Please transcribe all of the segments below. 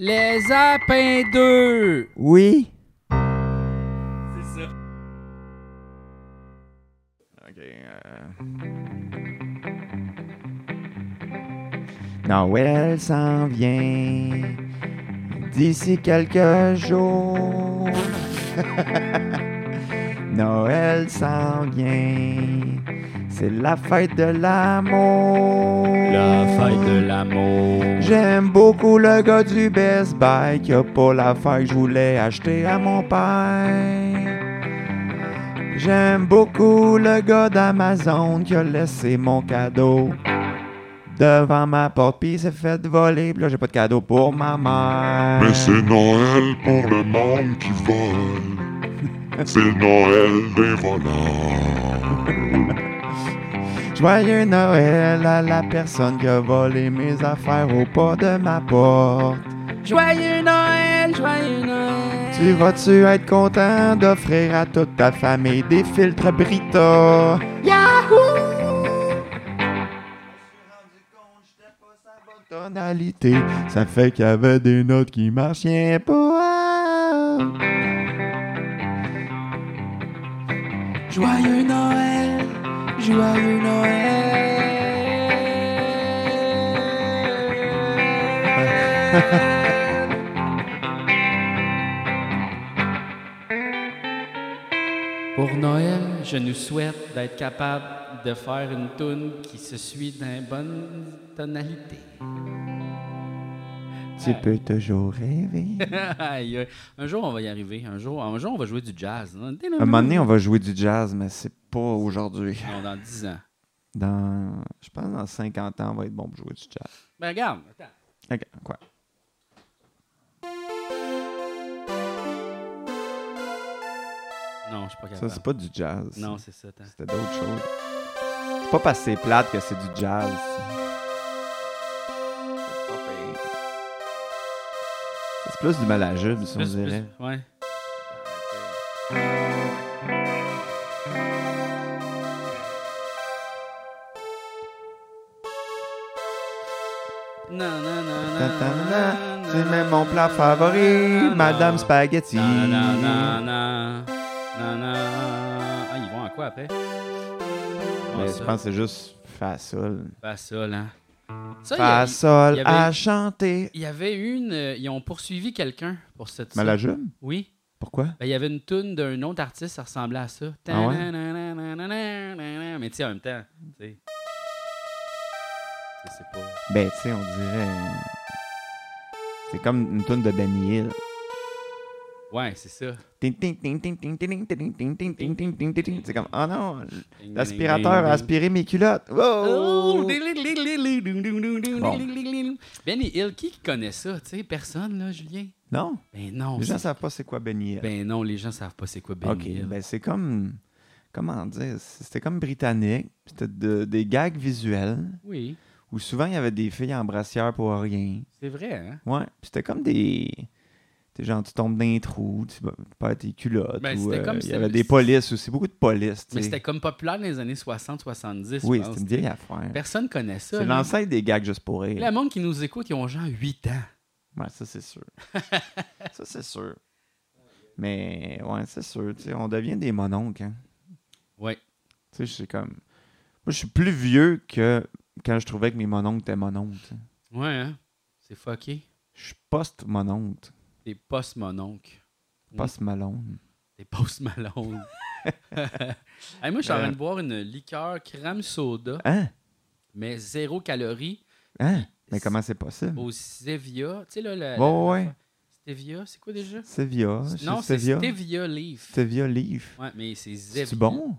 Les Apins 2! Oui. C'est ça. Ok. euh, Noël s'en vient d'ici quelques jours. Noël s'en vient, c'est la fête de l'amour. La fête de l'amour. J'aime beaucoup le gars du Best Buy qui a pas l'affaire que je voulais acheter à mon père. J'aime beaucoup le gars d'Amazon qui a laissé mon cadeau devant ma porte puis il s'est fait voler. Puis là, j'ai pas de cadeau pour ma mère. Mais c'est Noël pour le monde qui vole. C'est le Noël ben des volants. Joyeux Noël à la personne qui a volé mes affaires au pas de ma porte. Joyeux Noël, joyeux Noël! Tu vas-tu être content d'offrir à toute ta famille des filtres Brita? Yahoo! Tonalité, ça fait qu'il y avait des notes qui marchaient pas. Joyeux Noël, joyeux Noël. Pour Noël, je nous souhaite d'être capable de faire une toune qui se suit d'une bonne tonalité. Tu peux toujours rêver. Aïe, aïe. un jour, on va y arriver. Un jour, un jour on va jouer du jazz. hein? À un moment donné, on va jouer du jazz, mais c'est pas aujourd'hui. Non, dans 10 ans. Dans, je pense dans 50 ans, on va être bon pour jouer du jazz. Ben, regarde, attends. Ok, quoi? Non, je suis pas Ça, capable. c'est pas du jazz. ça. Non, c'est ça, attends. C'était d'autres choses. C'est pas parce que c'est plate que c'est du jazz. ça. C'est pas pire. C'est plus du malajube, ça, on Plus- plus- dirait. Ouais. Non, non, non, Ta-ta-na, C'est même mon plat favori, Madame Spaghetti. Non, non, non, non, non, non. Ah, ils vont en quoi après? Bon, Mais ça, Ben, je pense que c'est juste facile. pas ça, là. Ça, il y a- il y Facile avait- à chanter. il y avait une. euh, ils ont poursuivi quelqu'un pour cette. Malajube? Oui. Pourquoi? Ben, il y avait une toune d'un autre artiste, ça ressemblait à ça. Ah ouais? Ta-na-na-na-na-na-na. Mais tu sais, en même temps, tu sais. Tu sais, C'est pas. Ben, tu sais, on dirait. euh, C'est comme une toune de Benny Hill. Ouais, c'est ça. C'est comme, oh non, l'aspirateur a aspiré mes culottes. Oh! Wow! Benny Hill, qui connaît ça, tu sais? Personne, là, Julien? Non, Ben non. les gens c'est- savent pas c'est quoi Benny Hill. Ben non, les gens savent pas c'est quoi Benny Ok, Hill. ben c'est comme, comment dire, c'était comme britannique, c'était de- des gags visuels Oui, où souvent il y avait des filles en brassière pour rien. c'est vrai, hein? Ouais, puis c'était comme des, des gens, tu tombes dans un trou, tu vas- tu perds tes culottes. Ben, ou, c'était euh, comme il y c'était- avait des polices aussi, beaucoup de polices. tu Mais sais. c'était comme populaire dans les années 60-70. oui, c'était une vieille affaire. Personne hein. connaît ça. C'est là. l'ancêtre des gags juste pour rire. Le monde qui nous écoute, ils ont genre 8 ans. Ouais, ça c'est sûr. ça c'est sûr. Mais ouais, c'est sûr. tu sais, on devient des mononcles. Hein. Ouais. Tu sais, je suis comme. Moi, je suis plus vieux que quand je trouvais que mes mononcles étaient mononcles. tu sais. Ouais, hein? C'est fucké. Je suis post-mononcle. T'es post-mononcle. Mm. Post-malone. T'es post-malone. Hey, moi, je suis en train de boire une liqueur crème soda, Hein? mais zéro calorie, Hein? Mais comment c'est possible? au Stevia. Tu sais, là, la, la- Ouais, ouais, ouais. Stevia, c'est quoi déjà? Stevia. Non, c'est Stevia. Stevia Leaf. Stevia Leaf. Ouais, mais c'est Zevia. C'est bon?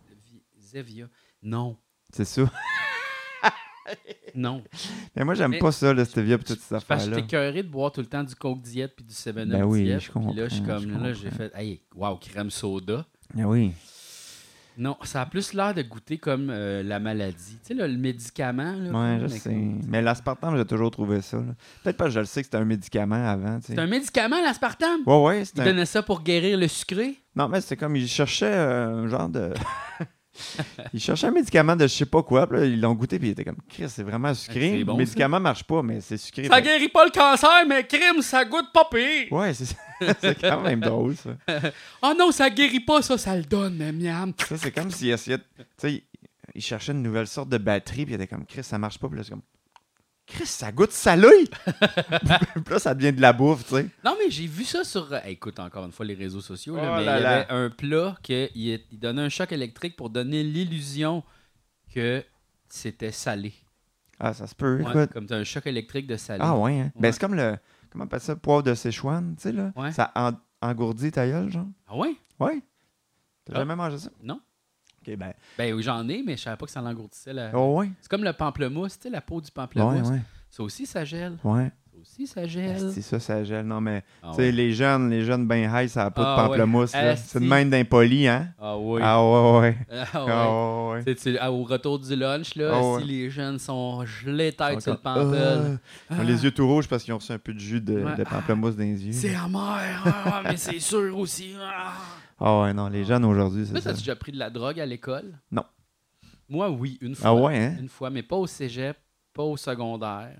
Zevia. Non, C'est sûr. non. Mais moi, j'aime Mais- pas ça, le Stevia pis toutes ces Parce que affaires-là. j'étais écoeuré de boire tout le temps du Coke Diet puis du 7-Up Ben oui, Diet. je Puis là, je suis comprends, comme, je là, j'ai fait, hey, wow, crème soda. Ah oui. Non, ça a plus l'air de goûter comme euh, la maladie. Tu sais, là, le médicament. Là, Ouais, je mais sais. comme- euh, Mais l'aspartame, j'ai toujours trouvé ça. là. Peut-être parce que je le sais que c'était un médicament avant. tu sais. C'est un médicament, l'aspartame. Ouais, ouais, c'est Ils un- donnaient ça pour guérir le sucré. Non, mais c'est comme, il cherchait euh, un genre de... Il cherchait un médicament de je sais pas quoi. puis là, ils l'ont goûté, puis il était comme, Chris, c'est vraiment Ah, sucré. c'est bon, le médicament marche pas, mais c'est sucré. Ça Fait- guérit pas le cancer, mais crime, ça goûte pas pire. Ouais, c'est c'est quand même drôle, ça. Oh non, ça guérit pas, ça, ça le donne, euh, miam. Ça, c'est comme s'il essayait. de- Tu sais, il- il cherchait une nouvelle sorte de batterie, puis il était comme, Chris, ça marche pas. Puis là, c'est comme, Chris, ça goûte salé! puis là, ça devient de la bouffe, tu sais. Non, mais j'ai vu ça sur. euh, écoute, encore une fois, les réseaux sociaux. là, Oh mais là il y là. avait un plat que il est- il donnait un choc électrique pour donner l'illusion que c'était salé. Ah, ça se peut, Ouais, écoute. comme t'as un choc électrique de salé. Ah, ouais, hein. Ouais. Ben, c'est comme le. Comment on appelle ça? Poivre de Sichuan, tu sais, là. Ouais. Ça en- engourdit ta gueule, genre. Ah ouais? Ouais. T'as Ah. jamais mangé ça? Non. Ok, ben. Ben, oui, j'en ai, mais je savais pas que ça l'engourdissait. la- Oh, ouais. C'est comme le pamplemousse, tu sais, Euh, la peau du Ouais, pamplemousse. ouais. Ça aussi, ça gèle. Ouais. Ça aussi, ça gèle. C'est ça, ça gèle. Non, mais. Ah tu sais, les jeunes, les jeunes ben high, ça a pas Ah, de pamplemousse, ouais. là. Asti. C'est de même d'impoli, hein? Ah oui. Ah, ouais, ouais. Ah ouais. Ah, ouais, ouais. Tu sais, tu- ah, au retour du lunch, là, Ah ouais. si les jeunes sont gelés tête sur le Encore- pampel, Ah, ils ont Les yeux tout rouges parce qu'ils ont reçu un peu de jus de, Ouais. de pamplemousse dans les c'est yeux. amer, ah, mais c'est sûr aussi. Ah. Ah, ouais, non, les jeunes aujourd'hui, Toi, c'est ça. t'as déjà pris de la drogue à l'école? Non. Moi, oui, une fois. Ah, ouais, hein? Une fois, mais pas au cégep, pas au secondaire,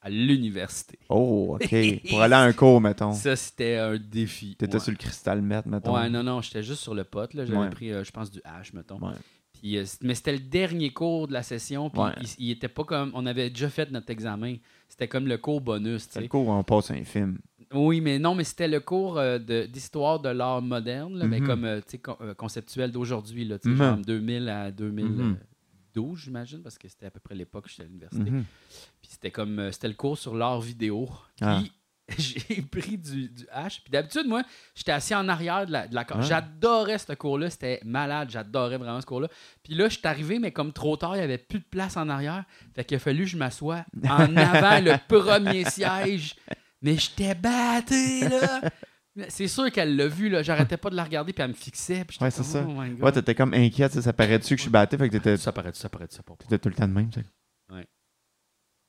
à l'université. Oh, ok. Pour aller à un cours, mettons. Ça, c'était un défi. T'étais ouais. sur le cristal mètre, mettons. Ouais, non, non, j'étais juste sur le pot. là. J'avais Ouais. pris, euh, je pense, du H, mettons. Ouais. Puis, euh, c- mais c'était le dernier cours de la session. Puis Ouais. il, il était pas comme. On avait déjà fait notre examen. C'était comme le cours bonus. tu C'est sais. le cours où on passe un film. Oui, mais non, mais c'était le cours euh, de- d'histoire de, l'art moderne, là, mais Mhm. comme euh, tu sais, con- euh, conceptuel d'aujourd'hui, là, tu sais, Mhm. genre 2000 à 2012, Mhm. j'imagine, parce que c'était à peu près l'époque où j'étais à l'université. Mhm. Puis c'était comme euh, c'était le cours sur l'art vidéo. Puis Ah. j'ai pris du, du H. Puis d'habitude, moi, j'étais assis en arrière de la, de la cor- Ah. J'adorais ce cours-là. C'était malade. J'adorais vraiment ce cours-là. Puis là, je suis arrivé, mais comme trop tard, il n'y avait plus de place en arrière. Fait qu'il a fallu que je m'assoie en avant le premier siège. Mais j'étais batté, là. Mais C'est sûr qu'elle l'a vu, là. J'arrêtais pas de la regarder, puis elle me fixait. Puis j'étais Ouais, c'est comme, Oh ça. my God. Ouais, t'étais comme inquiète, ça, ça paraît-tu que je suis batté, fait que t'étais, ça paraît, ça paraît, ça paraît. t'étais tout le temps de même, tu sais. Ouais.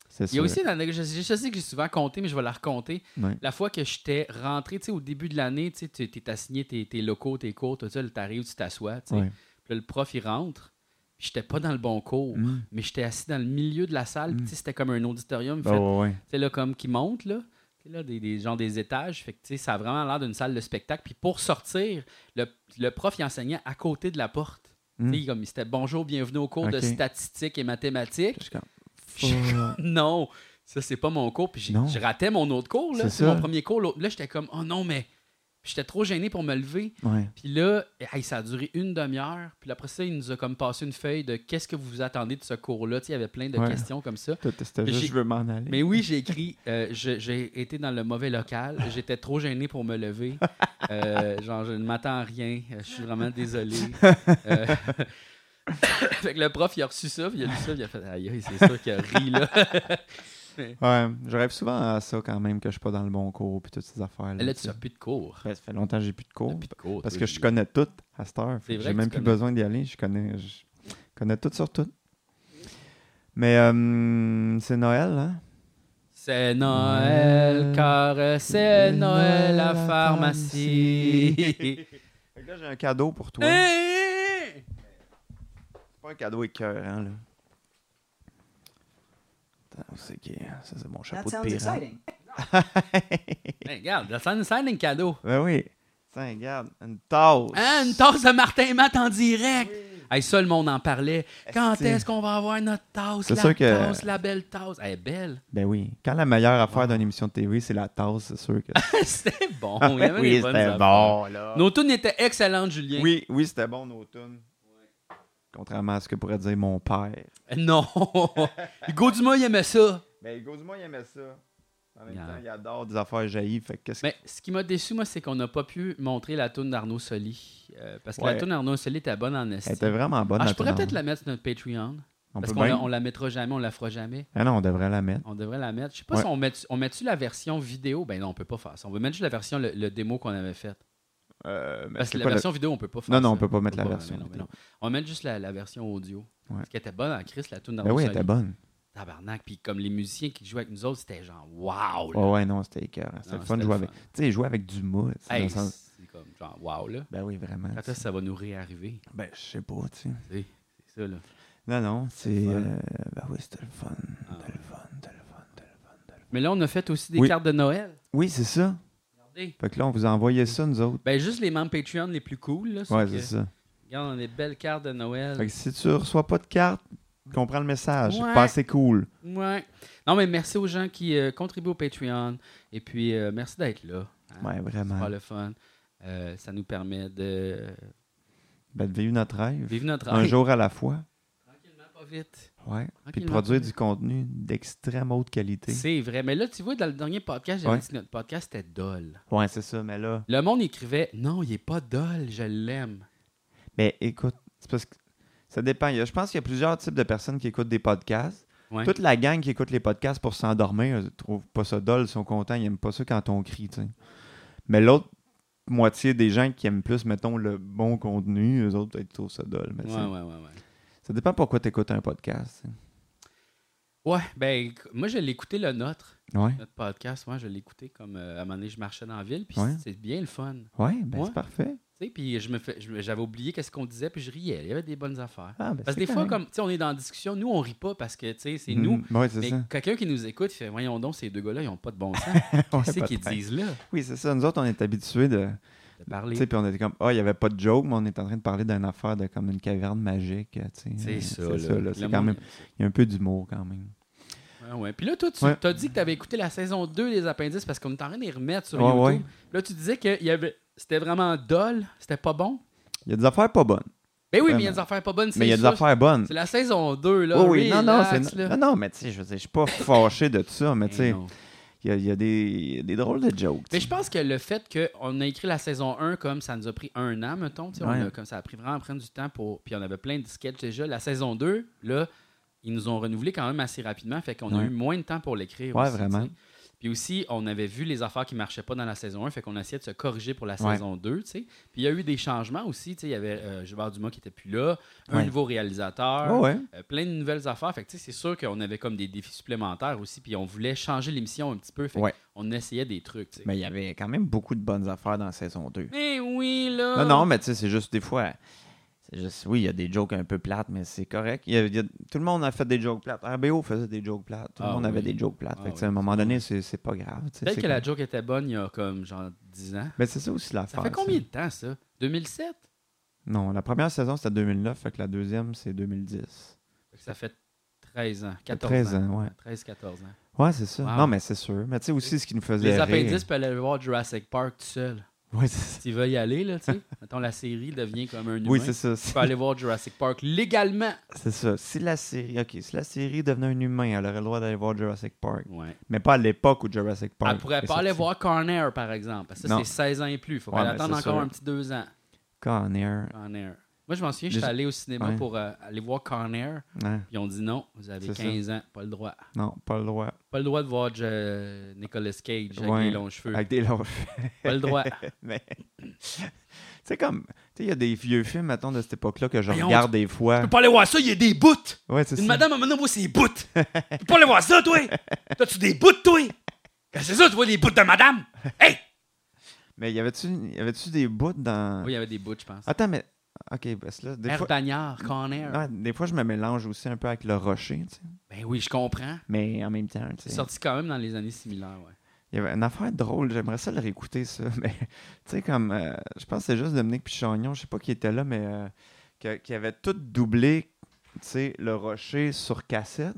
C'est Il y a sûr. aussi, une anecdote- je, je sais que j'ai souvent compté, mais je vais la raconter. Ouais. La fois que j'étais rentré, tu sais, au début de l'année, tu sais, es assigné tes, tes locaux, tes cours, tout ça, là, t'arrives, tu t'assois, tu sais. Ouais. Puis là, le prof, il rentre. Puis J'étais pas dans le bon cours, Mm. mais j'étais assis dans le milieu de la salle. puis tu sais, C'était comme un auditorium, fait, Ah, ouais, ouais. tu sais, là, comme qui monte, là. Tu sais, là, des, des gens des étages. Fait que, tu sais, ça a vraiment l'air d'une salle de spectacle. Puis pour sortir, le, le prof, il enseignait à côté de la porte. Mm. Tu sais, comme, c'était bonjour, bienvenue au cours de Ok. statistiques et mathématiques. Je suis comme, fuck. Non, ça, c'est pas mon cours. Puis j'ai- Non. je ratais mon autre cours. là. C'est C'est ça. mon premier cours. L'autre- Là, j'étais comme, oh non, mais Puis j'étais trop gêné pour me lever. Ouais. Puis là, hey, ça a duré une demi-heure. Puis après ça, il nous a comme passé une feuille de qu'est-ce que vous vous attendez de ce cours-là. Tu sais, il y avait plein de Ouais. questions comme ça. Toi, C'était Mais juste, j'ai- je veux m'en aller. Mais oui, j'ai écrit, euh, je- j'ai été dans le mauvais local. J'étais trop gêné pour me lever. Euh, genre, je ne m'attends à rien. Euh, Je suis vraiment désolé. Euh, fait que le prof, il a reçu ça, puis il a lu ça, puis il a fait Aïe, aïe, c'est sûr qu'il a ri, là. Ouais, je rêve souvent à ça quand même, que je suis pas dans le bon cours, puis toutes ces affaires-là. Mais Là, tu tu sais. n'as plus de cours. Ben, ça fait longtemps que j'ai plus de cours. T'as plus de cours, Parce toi, que je puis- connais tout à cette heure. C'est Fait que vrai J'ai que même tu plus connais. besoin d'y aller. Je connais, je connais tout sur tout. Mais euh, c'est Noël, hein? C'est Mmh. Noël, car euh, c'est Noël à la pharmacie. Fait que là, j'ai un cadeau pour toi. Hein? Hey! C'est pas un cadeau écœurant, là. Attends, c'est qui? Ça, c'est mon chapeau de pirate. Hey, regarde, la scène scène un cadeau. Ben oui. Tiens, regarde, une tasse. Hein, une tasse de Martin Matt en direct. Hey, ça, le monde en parlait. Quand Esti. est-ce qu'on va avoir notre tasse? C'est La sûr que- tasse, la belle tasse. Elle est belle. Ben oui. Quand la meilleure affaire d'une émission de TV, c'est la tasse, c'est sûr que... c'était bon. Il y avait des Ah, oui, bonnes c'était affaires. bon, là. Nos tunes étaient excellentes, Julien. Oui, oui, c'était bon, nos tunes. Contrairement à ce que pourrait dire mon père. Non. Hugo Dumas, il aimait ça. Ben, Hugo Dumas, il aimait ça. En même Yeah. Ben, temps, il adore des affaires jaillies. Fait que qu'est-ce que... Mais ce qui m'a déçu, moi, c'est qu'on n'a pas pu montrer la toune d'Arnaud Soli. Euh, parce que la Ouais. toune d'Arnaud Soli était bonne en esti. Elle était vraiment bonne. Ah, je la pourrais tournante. peut-être la mettre sur notre Patreon. On parce peut qu'on bien. la- on la mettra jamais, on la fera jamais. Ah non, on devrait la mettre. On devrait la mettre. Je sais pas Ouais. si on met, on met-tu la version vidéo. Ben non, on peut pas faire ça. On veut mettre juste la version, le, le démo qu'on avait faite. Euh, mais Parce que c'est la quoi le- version vidéo, on peut pas faire Non, non, ça. on peut pas mettre la mais version non, mais vidéo. non. On va mettre juste la, la version audio. Ouais. Parce qu'elle était bonne en Chris, la toune Ben d'Arnaud oui, elle Soli. était bonne. Tabarnak. Puis comme les musiciens qui jouaient avec nous autres, c'était genre, waouh! là. Ouais, ouais, non, c'était écœurant. C'était Non, le fun de c'était jouer le avec. Tu fun. sais, jouer avec du mou. Hey, sens... c'est comme genre, wow, là. Ben oui, vraiment. Quand est-ce que Ah, ça va nous réarriver? Ben, je sais pas, tu sais. C'est c'est ça, là. Non, non, c'est. fun. euh, ben oui, c'était le fun. Ah. C'était le fun, c'était le fun, c'était le fun, c'était le fun. Mais là, on a fait aussi des Oui. cartes de Noël. Oui, c'est ça. Regardez. Fait que là, on vous envoyait ça, nous autres. Ben, juste les membres Patreon les plus cool, là. ceux Ouais, que- c'est ça. Regarde, on a des belles cartes de Noël. Fait que si tu reçois pas de carte, comprends le message. Ouais. C'est pas assez cool. Ouais. Non, mais merci aux gens qui euh, contribuent au Patreon. Et puis, euh, merci d'être là. hein. Ouais, C'est vraiment. pas le fun. Euh, ça nous permet de Ben, de vivre notre rêve. vivre notre Un rêve. jour à la fois. Tranquillement, pas vite. Ouais. Puis de Tranquillement. produire du contenu d'extrême haute qualité. C'est vrai. Mais là, tu vois, dans le dernier podcast, j'avais Ouais. dit que notre podcast était dol. Ouais, c'est ça, mais là. Le monde écrivait Non, il est pas dol, je l'aime. Mais écoute, c'est parce que ça dépend. Il y a- je pense qu'il y a plusieurs types de personnes qui écoutent des podcasts. Ouais. Toute la gang qui écoute les podcasts pour s'endormir, ils trouvent pas ça dole, ils sont contents, ils aiment pas ça quand on crie, tu sais. Mais l'autre moitié des gens qui aiment plus, mettons, le bon contenu, eux autres, peut-être, trouvent ça dole. Mais Ouais, tu sais, ouais, ouais, ouais. Ça dépend pourquoi tu écoutes un podcast. tu sais. Ouais, ben, éc- moi, je l'ai écouté le nôtre, Ouais. notre podcast. Moi, je l'ai écouté comme euh, à un moment donné, je marchais dans la ville, puis Ouais. c'est bien le fun. Ouais, ben Ouais. c'est parfait. Tu sais, puis je me fais- je me- j'avais oublié qu'est-ce qu'on disait, puis je riais. Il y avait des bonnes affaires. Ah, ben, Parce que des c'est fois, correct. comme, tu sais, on est dans la discussion, nous, on rit pas parce que, tu sais, c'est Mm, nous. Ouais, c'est Mais ça. quelqu'un qui nous écoute, il fait Voyons donc, ces deux gars-là, ils ont pas de bon sens. Ouais, Qu'est-ce qu'ils peut-être. disent là Oui, c'est ça. Nous autres, on est habitués de. De Tu parler. sais, puis on était comme, ah, il n'y avait pas de joke, mais on est en train de parler d'une affaire de comme une caverne magique. euh, tu sais. Euh, C'est ça, là. là. Le C'est quand monde même, aime ça. il y a un peu d'humour quand même. Ouais, ouais. Puis là, toi, tu Ouais. t'as dit que tu avais écouté la saison 2 des Appendices parce qu'on est en train de les remettre sur Ouais, YouTube. Là, tu disais que il y avait... c'était vraiment dol, c'était pas bon. Il y a des affaires pas bonnes, Ben oui, Vraiment. mais il y a des affaires pas bonnes. mais il y a c'est des ça. affaires bonnes. C'est la saison 2, là. Mm. Oui, oui, non, non, Relax, c'est- là. non, non, mais tu sais, je veux dire, je suis pas fâché de ça, mais tu Eh sais, non. il y a, il y a des, il y a des drôles de jokes. tu Mais sais. je pense que le fait qu'on a écrit la saison 1 comme ça nous a pris un an, mettons, tu sais, on Ouais. a- comme ça a pris vraiment à prendre du temps pour. Puis on avait plein de sketchs déjà. La saison 2, là, ils nous ont renouvelé quand même assez rapidement, fait qu'on a Ouais. eu moins de temps pour l'écrire. Ouais, aussi, vraiment. tu sais. Puis aussi, on avait vu les affaires qui marchaient pas dans la saison 1, fait qu'on essayait de se corriger pour la Ouais. saison 2, tu sais. Puis il y a eu des changements aussi, tu sais. Il y avait euh, Gilbert Dumas qui était plus là, un Ouais. Oh, nouveau réalisateur. Ouais, ouais. Euh, plein de nouvelles affaires. Fait que, tu sais, c'est sûr qu'on avait comme des défis supplémentaires aussi, puis on voulait changer l'émission un petit peu. Fait Ouais. qu'on essayait des trucs. tu sais. Mais il y avait quand même beaucoup de bonnes affaires dans la saison 2. Mais oui, là. Non, non, mais tu sais, c'est juste des fois. c'est Juste, oui, il y a des jokes un peu plates, mais c'est correct. Il y a- il y a- tout le monde a fait des jokes plates. RBO faisait des jokes plates. Tout le Ah monde avait oui. des jokes plates. Ah fait que, tu sais, oui, à un moment donné, c'est c'est pas grave. tu sais, Peut-être c'est que la comme- joke était bonne il y a comme genre 10 ans. Mais c'est ça aussi l'affaire. Ça fait combien de temps, ça 2007 Non, la première saison, c'était 2009. Fait que la deuxième, c'est 2010. Fait que Ça fait 13 ans, 14 13 ans. ans, ouais. 13-14 ans. Ouais, c'est ça. Wow. Non, mais c'est sûr. Mais tu sais aussi ce qui nous faisait. Les rire. appendices peuvent aller voir Jurassic Park tout seul. Ouais, c'est ça. S'ils veulent y aller, là, tu sais. Mettons, la série devient comme un humain. Oui, c'est ça. Tu peux aller voir Jurassic Park légalement. C'est ça. Si la série. Ok, si la série devenait un humain, elle aurait le droit d'aller voir Jurassic Park. Ouais. Mais pas à l'époque où Jurassic Park. Elle pourrait est pas aller sorti. voir Con Air, par exemple. Parce que ça, Non. c'est 16 ans et plus. Faut Ouais, qu'elle mais attende c'est encore sûr. un petit deux ans. Con Air. Con Air. Moi, je m'en souviens, j'étais Les- allé au cinéma Ouais. pour euh, aller voir Con Air. Ouais. Ils ont dit non, vous avez C'est ça. 15 ans, pas le droit. Non, pas le droit. Pas le droit de voir euh, Nicolas Cage avec Ouais. les longs cheveux. Avec des longs Pas le droit. Mais. Tu sais, comme. Tu sais, il y a des vieux films, mettons, de cette époque-là que je Voyons, regarde des fois. peux pas aller voir ça, il y a des bouts. Ouais, c'est Une ça. madame, à maintenant, voit ses bouts. Tu peux pas aller voir ça, toi. T'as-tu des bouts, toi? Ben, C'est ça, tu vois les bouts de madame. Hey! Mais y avait-tu y avait-tu des bouts dans. Oui, il y avait des bouts, je pense. Attends, mais. Ok, parce que là, des fois. Erdagnard, Conner. Ouais, des fois, je me mélange aussi un peu avec le rocher, tu sais. Ben oui, je comprends. Mais en même temps, tu C'est sais. sorti quand même dans les années similaires, ouais. Il y avait une affaire drôle, j'aimerais ça le réécouter, ça. Mais tu sais, comme. euh, je pense que c'est juste Dominique Pichagnon, je sais pas qui était là, mais. euh, que- qui avait tout doublé, tu sais, le rocher sur cassette.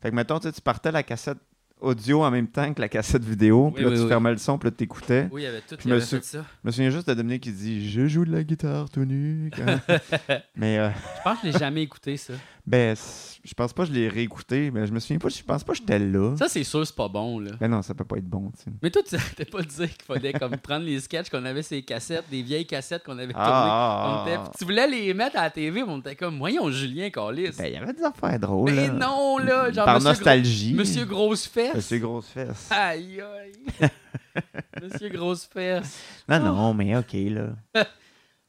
Fait que mettons, tu sais, tu partais la cassette audio en même temps que la cassette vidéo, puis là, oui, tu oui. fermais le son, puis là, t'écoutais. Oui, il y avait tout, Je il y me avait sou- tout ça. Je me souviens juste de Dominique qui dit Je joue de la guitare tout nu. quand- mais. euh, Je pense que je l'ai jamais écouté, ça. Ben, c- je pense pas que je l'ai réécouté, mais je me souviens pas, je pense pas que j'étais là. Ça, c'est sûr, c'est pas bon, là. Ben non, ça peut pas être bon, tu sais. Mais toi, tu t'es pas dit qu'il fallait comme prendre les sketchs qu'on avait ces cassettes, des vieilles cassettes qu'on avait tournées. Ah, ah, On était- ah. puis tu voulais les mettre à la TV, mais on était comme, voyons, Julien Carlis. Ben, il y avait des affaires drôles. Mais là. non, là, genre, Par Monsieur nostalgie. Gros- Monsieur Grosse Fesse. Monsieur Grosse Fesse. Aïe, aïe. Monsieur Grosse Fesse. Non, non, mais ok, là.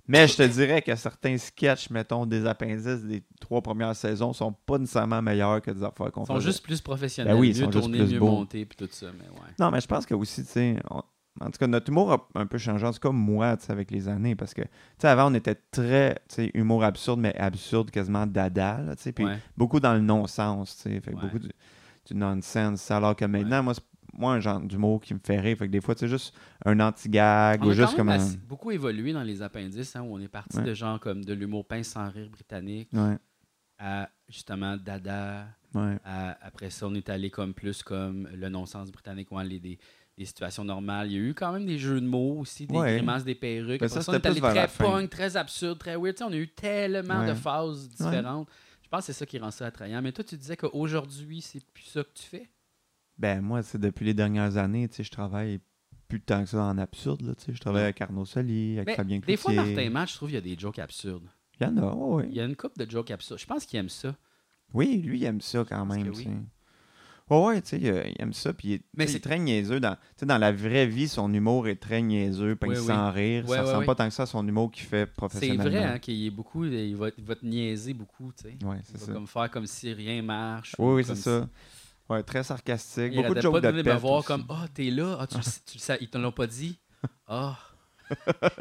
mais je te dirais que certains sketchs, mettons, des appendices des trois premières saisons sont pas nécessairement meilleurs que des affaires qu'on Ils sont faisait. juste plus professionnels, Ben oui, ils mieux sont juste tournés, plus mieux beaux. montés, puis tout ça, mais ouais. Non, mais je pense que aussi, tu sais, on- En tout cas, notre humour a un peu changé, en tout cas moi, tu sais, avec les années, parce que, tu sais, avant, on était très, tu sais, humour absurde, mais absurde, quasiment dada, là, tu sais, puis Ouais. beaucoup dans le non-sens, tu sais, fait que Ouais. beaucoup du, du nonsense, alors que maintenant, moi, c'est moi, un genre d'humour qui me fait rire, fait que des fois, tu sais, juste un anti-gag, On ou a juste quand comme même un... assez- beaucoup évolué dans les appendices, hein, où on est parti Ouais. de genre comme de l'humour pince sans rire britannique Ouais, à justement Dada. ouais, à- après ça, on est allé comme plus comme le non-sens britannique ou les, des, des situations normales. Il y a eu quand même des jeux de mots aussi, des Ouais. grimaces, des perruques. Ben Après ça, ça, on est c'était allé plus vers la très fin. punk, très absurde, très weird. Tu sais, on a eu tellement Ouais. de phases Ouais. différentes. Je pense que c'est ça qui rend ça attrayant. Mais toi, tu disais qu'aujourd'hui, c'est plus ça que tu fais. Ben moi, c'est depuis les dernières années, tu sais, je travaille plus tant que ça en absurde, là, tu sais, je travaille avec Arnaud Soli, avec Mais Fabien Cloutier. Ben, des fois, Martin Match, je trouve qu'il y a des jokes absurdes. Il y en a, oui. Il y a une coupe de jokes absurdes. Je pense qu'il aime ça. Oui, lui, il aime ça quand Parce même. que tu oui. sais. Ouais, ouais, tu sais, il, euh, il aime ça. Puis il, est- Mais tu c'est- sais, il est très niaiseux. Dans, tu sais, dans la vraie vie, son humour est très niaiseux, puis Oui, il oui. s'en rire. Ouais, ça ouais, ressemble ouais. pas tant que ça à son humour qu'il fait C'est professionnellement. vrai hein, qu'il est beaucoup, il va, il va te niaiser beaucoup. tu sais. Ouais, Il c'est va ça. comme faire comme si rien marche. Oui, ou oui, c'est comme si- ça. Ouais, très sarcastique. Il Beaucoup de arrêtait jokes pas de de, venir me perte voir aussi. comme Ah, t'es là, ah, tu, le sais- tu le sais, ils te l'ont pas dit. Ah.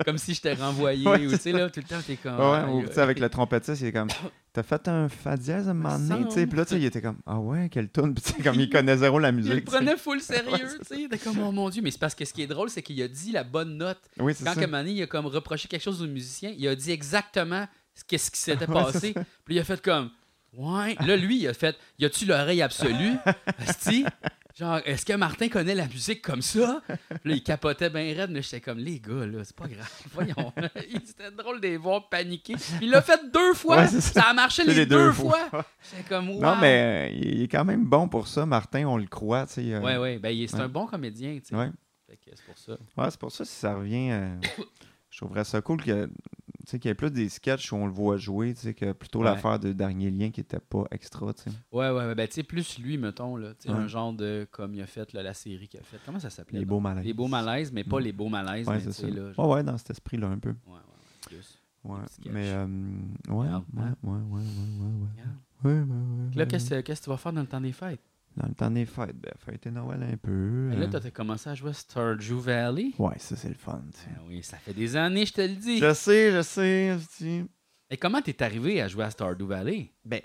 comme si je t'ai renvoyé Ouais, ou c'est tu sais là, tout le temps t'es comme Ouais, ouais, Ah, aïe, ou, tu sais, avec le trompettiste, il est comme T'as fait un fa dièse à un moment donné, semble. tu sais. Puis là, tu sais, il était comme Ah ouais, quelle tourne. Puis tu sais, comme il connaît zéro la il le musique. tu sais. prenait full sérieux, Ouais, c'est tu sais, il était comme oh mon dieu, mais c'est parce que ce qui est drôle, c'est qu'il a dit la bonne note. Oui, c'est Quand ça. Kamani il a comme reproché quelque chose au musicien, il a dit exactement ce qu'est-ce qui s'était Ouais, passé. Puis il a fait comme Ouais, là lui il a fait Y a-tu l'oreille absolue Asti Genre, est-ce que Martin connaît la musique comme ça? Puis là, il capotait bien raide, mais j'étais comme, les gars, là, c'est pas grave. Voyons. C'était drôle de les voir paniquer. Puis il l'a fait deux fois. Ouais, c'est ça. ça. a marché les, deux, fois. J'étais comme, wow. Non, mais euh, il est quand même bon pour ça, Martin, on le croit, tu sais. euh, Ouais, ouais. Ben, il- c'est Ouais. un bon comédien, tu sais. ouais. Fait que c'est pour ça. Ouais, c'est pour ça que si ça revient. euh, je trouverais ça cool que tu sais, qu'il y ait plus des sketchs où on le voit jouer, tu sais, que plutôt Ouais. l'affaire de dernier lien qui était pas extra, tu sais. Ouais, ouais, ouais. Ben, tu sais, plus lui, mettons, là. Tu sais, Ouais. un genre de, comme il a fait, là, la série qu'il a faite. Comment ça s'appelait? Les donc? beaux malaises. Les beaux malaises, mais pas Mm. les beaux malaises, Ouais, mais c'est tu ça. sais, là. Ouais, ouais, dans cet esprit-là un peu. Ouais, ouais, ouais, plus. Ouais. petits sketchs. Mais euh, ouais, ouais, Regarde, ouais, hein. ouais, ouais, ouais, ouais. Regarde. Ouais, ouais, ouais, Là, ouais, qu'est-ce que- qu'est-ce que tu vas faire dans le temps des fêtes? ouais. Dans le temps des fêtes, ben, fêter Noël un peu. Ben, Là, euh, t'as t'as commencé à jouer à Stardew Valley. Ouais, ça c'est le fun, tu sais. Ben oui, ça fait des années, je te le dis. Je sais, je sais, je sais. Et comment t'es arrivé à jouer à Stardew Valley? Ben,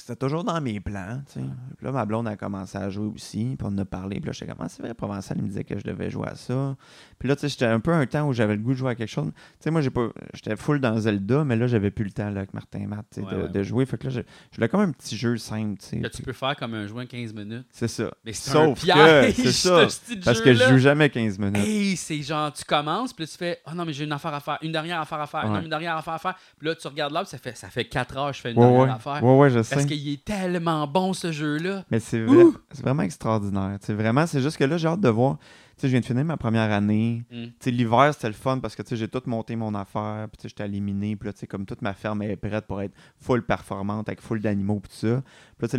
c'était toujours dans mes plans, tu sais. Puis là, ma blonde a commencé à jouer aussi, puis on en a parlé. Puis là, j'étais comme, ah, c'est vrai, Provençal, il me disait que je devais jouer à ça. Puis là, tu sais, j'étais un peu un temps où j'avais le goût de jouer à quelque chose. Tu sais, moi, j'ai pas... j'étais full dans Zelda, mais là, j'avais plus le temps, là, avec Martin et Matt, tu sais, Ouais, de, ouais, de ouais. jouer. Fait que là, je, je voulais comme un petit jeu simple, tu sais. Que tu Puis- peux faire comme un joint 15 minutes. C'est ça. Mais c'est un Sauf piège, que, c'est ça, ce petit Parce que je jeu-là. joue jamais 15 minutes. Hey, c'est genre, tu commences, puis là, tu fais, oh non, mais j'ai une affaire à faire, une dernière affaire à faire, Ouais. non, une dernière affaire à faire. Puis là, tu regardes là, puis ça fait, ça fait 4 heures, je fais une ouais, dernière ouais. affaire. ouais, ouais, je sais. Parce qu'il est tellement bon, ce jeu-là. Mais c'est Ouh! vrai- c'est vraiment extraordinaire. C'est vraiment, c'est juste que là, j'ai hâte de voir. Tu sais, je viens de finir ma première année. Mm. Tu sais, l'hiver, c'était le fun parce que tu sais, j'ai tout monté mon affaire, puis tu sais, j'étais éliminé, puis là, tu sais, comme toute ma ferme est prête pour être full performante avec full d'animaux puis tout ça. Puis là, tu sais,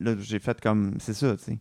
le- là, j'ai fait comme c'est ça, tu sais.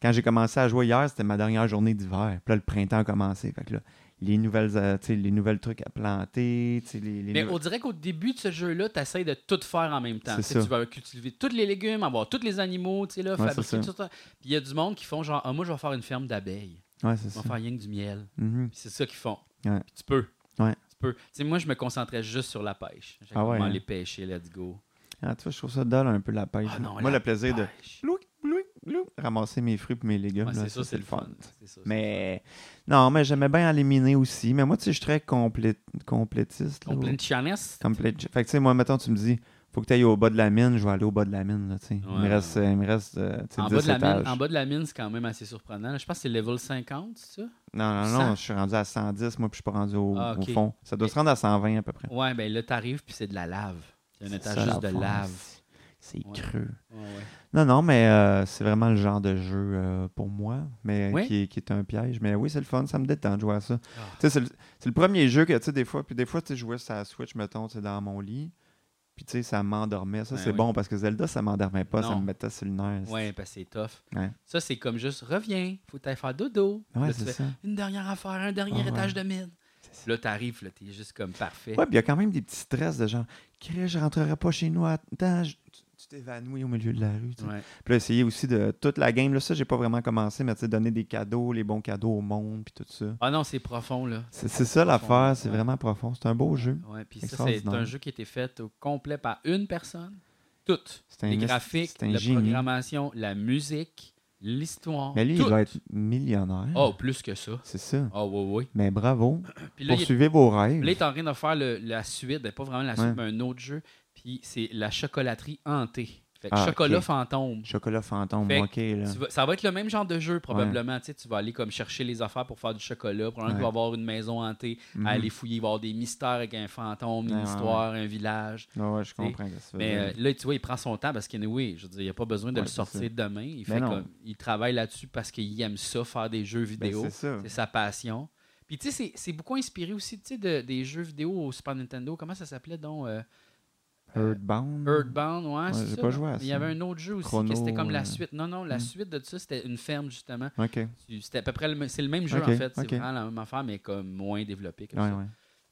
Quand j'ai commencé à jouer hier, c'était ma dernière journée d'hiver. Puis là, le printemps a commencé. Fait que là, les nouvelles, euh, tu sais, les nouvelles trucs à planter, tu sais, les, les Mais nouvel- on dirait qu'au début de ce jeu-là, tu essaies de tout faire en même temps. C'est Tu sais, ça. Tu vas cultiver tous les légumes, avoir tous les animaux, tu sais, là, Ouais, c'est fabriquer ça. tout ça. Puis il y a du monde qui font genre, ah, moi, je vais faire une ferme d'abeilles. Ouais, c'est Je ça. vais faire rien que du miel. Mhm. Puis C'est ça qu'ils font. Ouais. Puis tu peux. Ouais. Tu peux. Tu sais, moi, je me concentrais juste sur la pêche. J'ai Ah ouais, comment hein? les pêcher, let's go. Ah, tu vois, je trouve ça dole un peu la pêche. Ah non, Moi, la le plaisir de. pêche. Blouic, blouic, blouic. Ramasser mes fruits et mes légumes. Ouais, là, c'est ça, c'est le fun. C'est ça, c'est Mais non, mais j'aimais bien éliminer aussi. Mais moi, tu sais, je suis très complé- complétiste. le fun. On plein de chianesse. Complète. Fait que, tu sais, moi, mettons, tu me dis, faut que tu ailles au bas de la mine, je vais aller au bas de la mine. Là, tu sais. il me Ouais. reste, euh, il me reste euh, tu sais, En 10 bas, de la étages. mine, en bas de la mine, c'est quand même assez surprenant. là. Je pense que c'est level 50, c'est ça? Non, non, non, 100. je suis rendu à 110, moi, puis je suis pas rendu au, Ah, au ok. fond. Ça doit se rendre à 120 à peu près. Ouais, ben là, t'arrives, puis c'est de la lave. C'est un C'est étage ça, juste la de force. lave. C'est Ouais. creux. Ouais, ouais. Non, non, mais euh, c'est vraiment le genre de jeu euh, pour moi, mais Oui. qui, est- qui est un piège. Mais oui, c'est le fun, ça me détend de jouer à ça. Ah. Tu sais, C'est le, c'est le premier jeu que, tu sais, des fois, puis des fois, tu sais, je jouais sur la Switch, mettons, tu sais, dans mon lit, puis tu sais, ça m'endormait. Ça, Ouais, c'est Ben oui. bon, parce que Zelda, ça m'endormait pas, ça Non. me mettait sur le nerf. Ouais, parce que c'est tough. Ouais. Ça, c'est comme juste reviens, faut t'aller faire dodo. Ouais, Là, tu c'est fais ça. une dernière affaire, un dernier Ah, ouais. étage de mine. C'est ça. Là, t'arrives, là, t'es juste comme parfait. Ouais, puis il y a quand même des petits stress de genre, Chris, je rentrerai pas chez nous à temps. Je- Tu, tu tu t'évanouis au milieu de la rue. tu sais. Ouais. Puis là, essayer aussi de toute la game. Là, ça, j'ai pas vraiment commencé, mais tu sais, donner des cadeaux, les bons cadeaux au monde, puis tout ça. Ah non, c'est profond, là. C'est c'est ça Profond, l'affaire, c'est ouais. vraiment profond. C'est un beau jeu. Ouais, puis ça, c'est Extraordinaire. un jeu qui a été fait au complet par une personne. Toutes. C'est un Les esti- graphiques, c'est un la génie. programmation, la musique, l'histoire. Mais lui, tout. il va être millionnaire. Oh, plus que ça. C'est ça. Ah oui, Mais bravo. oui. Puis là, il est, Poursuivez vos rêves. là, il est en train de faire le- la suite, ben, pas vraiment la suite, Ouais. mais un autre jeu. Puis c'est la chocolaterie hantée. Fait que Ah, chocolat ok. fantôme. Chocolat fantôme, Fait que ok. Là. Tu vas- ça va être le même genre de jeu, probablement. Tu sais, tu vas aller comme chercher les affaires pour faire du chocolat. Probablement qu'il va y Ouais. avoir une maison hantée Mhm. à aller fouiller, il va y avoir des mystères avec un fantôme, une Ouais, ouais, histoire, un village. Ouais, ouais, je comprends. qu'est-ce que tu veux Mais euh, dire. là, tu vois, il prend son temps parce qu'il oui, je veux dire, il n'a pas besoin de Ouais, le c'est sortir ça. demain. Il, Ben fait non. comme- il travaille là-dessus parce qu'il aime ça, faire des jeux Ben, vidéo. c'est ça. c'est sa passion. Puis tu sais, c'est- c'est beaucoup inspiré aussi tu sais, de, des jeux vidéo au Super Nintendo. Comment ça s'appelait donc euh, Earthbound. Earthbound, ouais, Hmm. Ouais, c'est j'ai ça. pas joué à Mais Il y ça. avait un autre jeu aussi Chrono, que c'était comme la euh, suite. Non, non, la hmm. suite de ça, c'était une ferme justement. Ok. Ouais, Tu- C'était à peu près le même. C'est le même jeu Ok, en fait. C'est ok. vraiment la même affaire, mais comme moins développé. comme ça. ouais.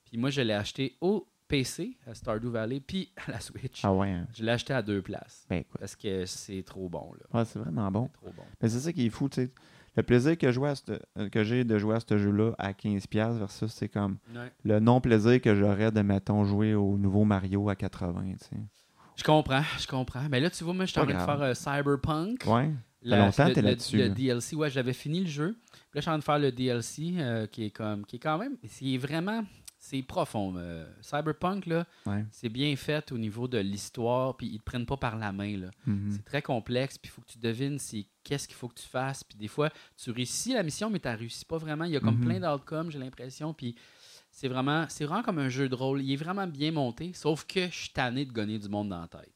Puis moi, je l'ai acheté au PC, à Stardew Valley, puis à la Switch. Ah ouais. hein. Je l'ai acheté à deux places. Ben écoute. Parce que c'est trop bon, là. Ouais, c'est vraiment bon. C'est trop bon. Mais c'est ça qui est fou, tu sais. Le plaisir que, je joue à ce- euh, que j'ai de jouer à ce jeu-là à 15$ versus c'est comme le non-plaisir que j'aurais de, mettons, jouer au nouveau Mario à 80$. tu sais. Je comprends, je comprends. Mais là, tu vois, moi, je suis en Pas train de faire grave. euh, Cyberpunk. Ouais. La- longtemps le- que t'es le- là-dessus, Le là. DLC, ouais, j'avais fini le jeu. Puis là, je suis en train de faire le DLC euh, qui est comme qui est quand même. C'est vraiment. C'est profond. euh, Cyberpunk, là, Ouais. c'est bien fait au niveau de l'histoire. Puis ils te prennent pas par la main. Là. Mhm. C'est très complexe, puis il faut que tu devines c'est qu'est-ce qu'il faut que tu fasses. Puis des fois, tu réussis la mission, mais tu réussi pas vraiment. Il y a comme Mhm. plein d'outcomes, j'ai l'impression. Puis c'est vraiment, c'est vraiment comme un jeu de rôle. Il est vraiment bien monté, sauf que je suis tanné de gagner du monde dans la tête.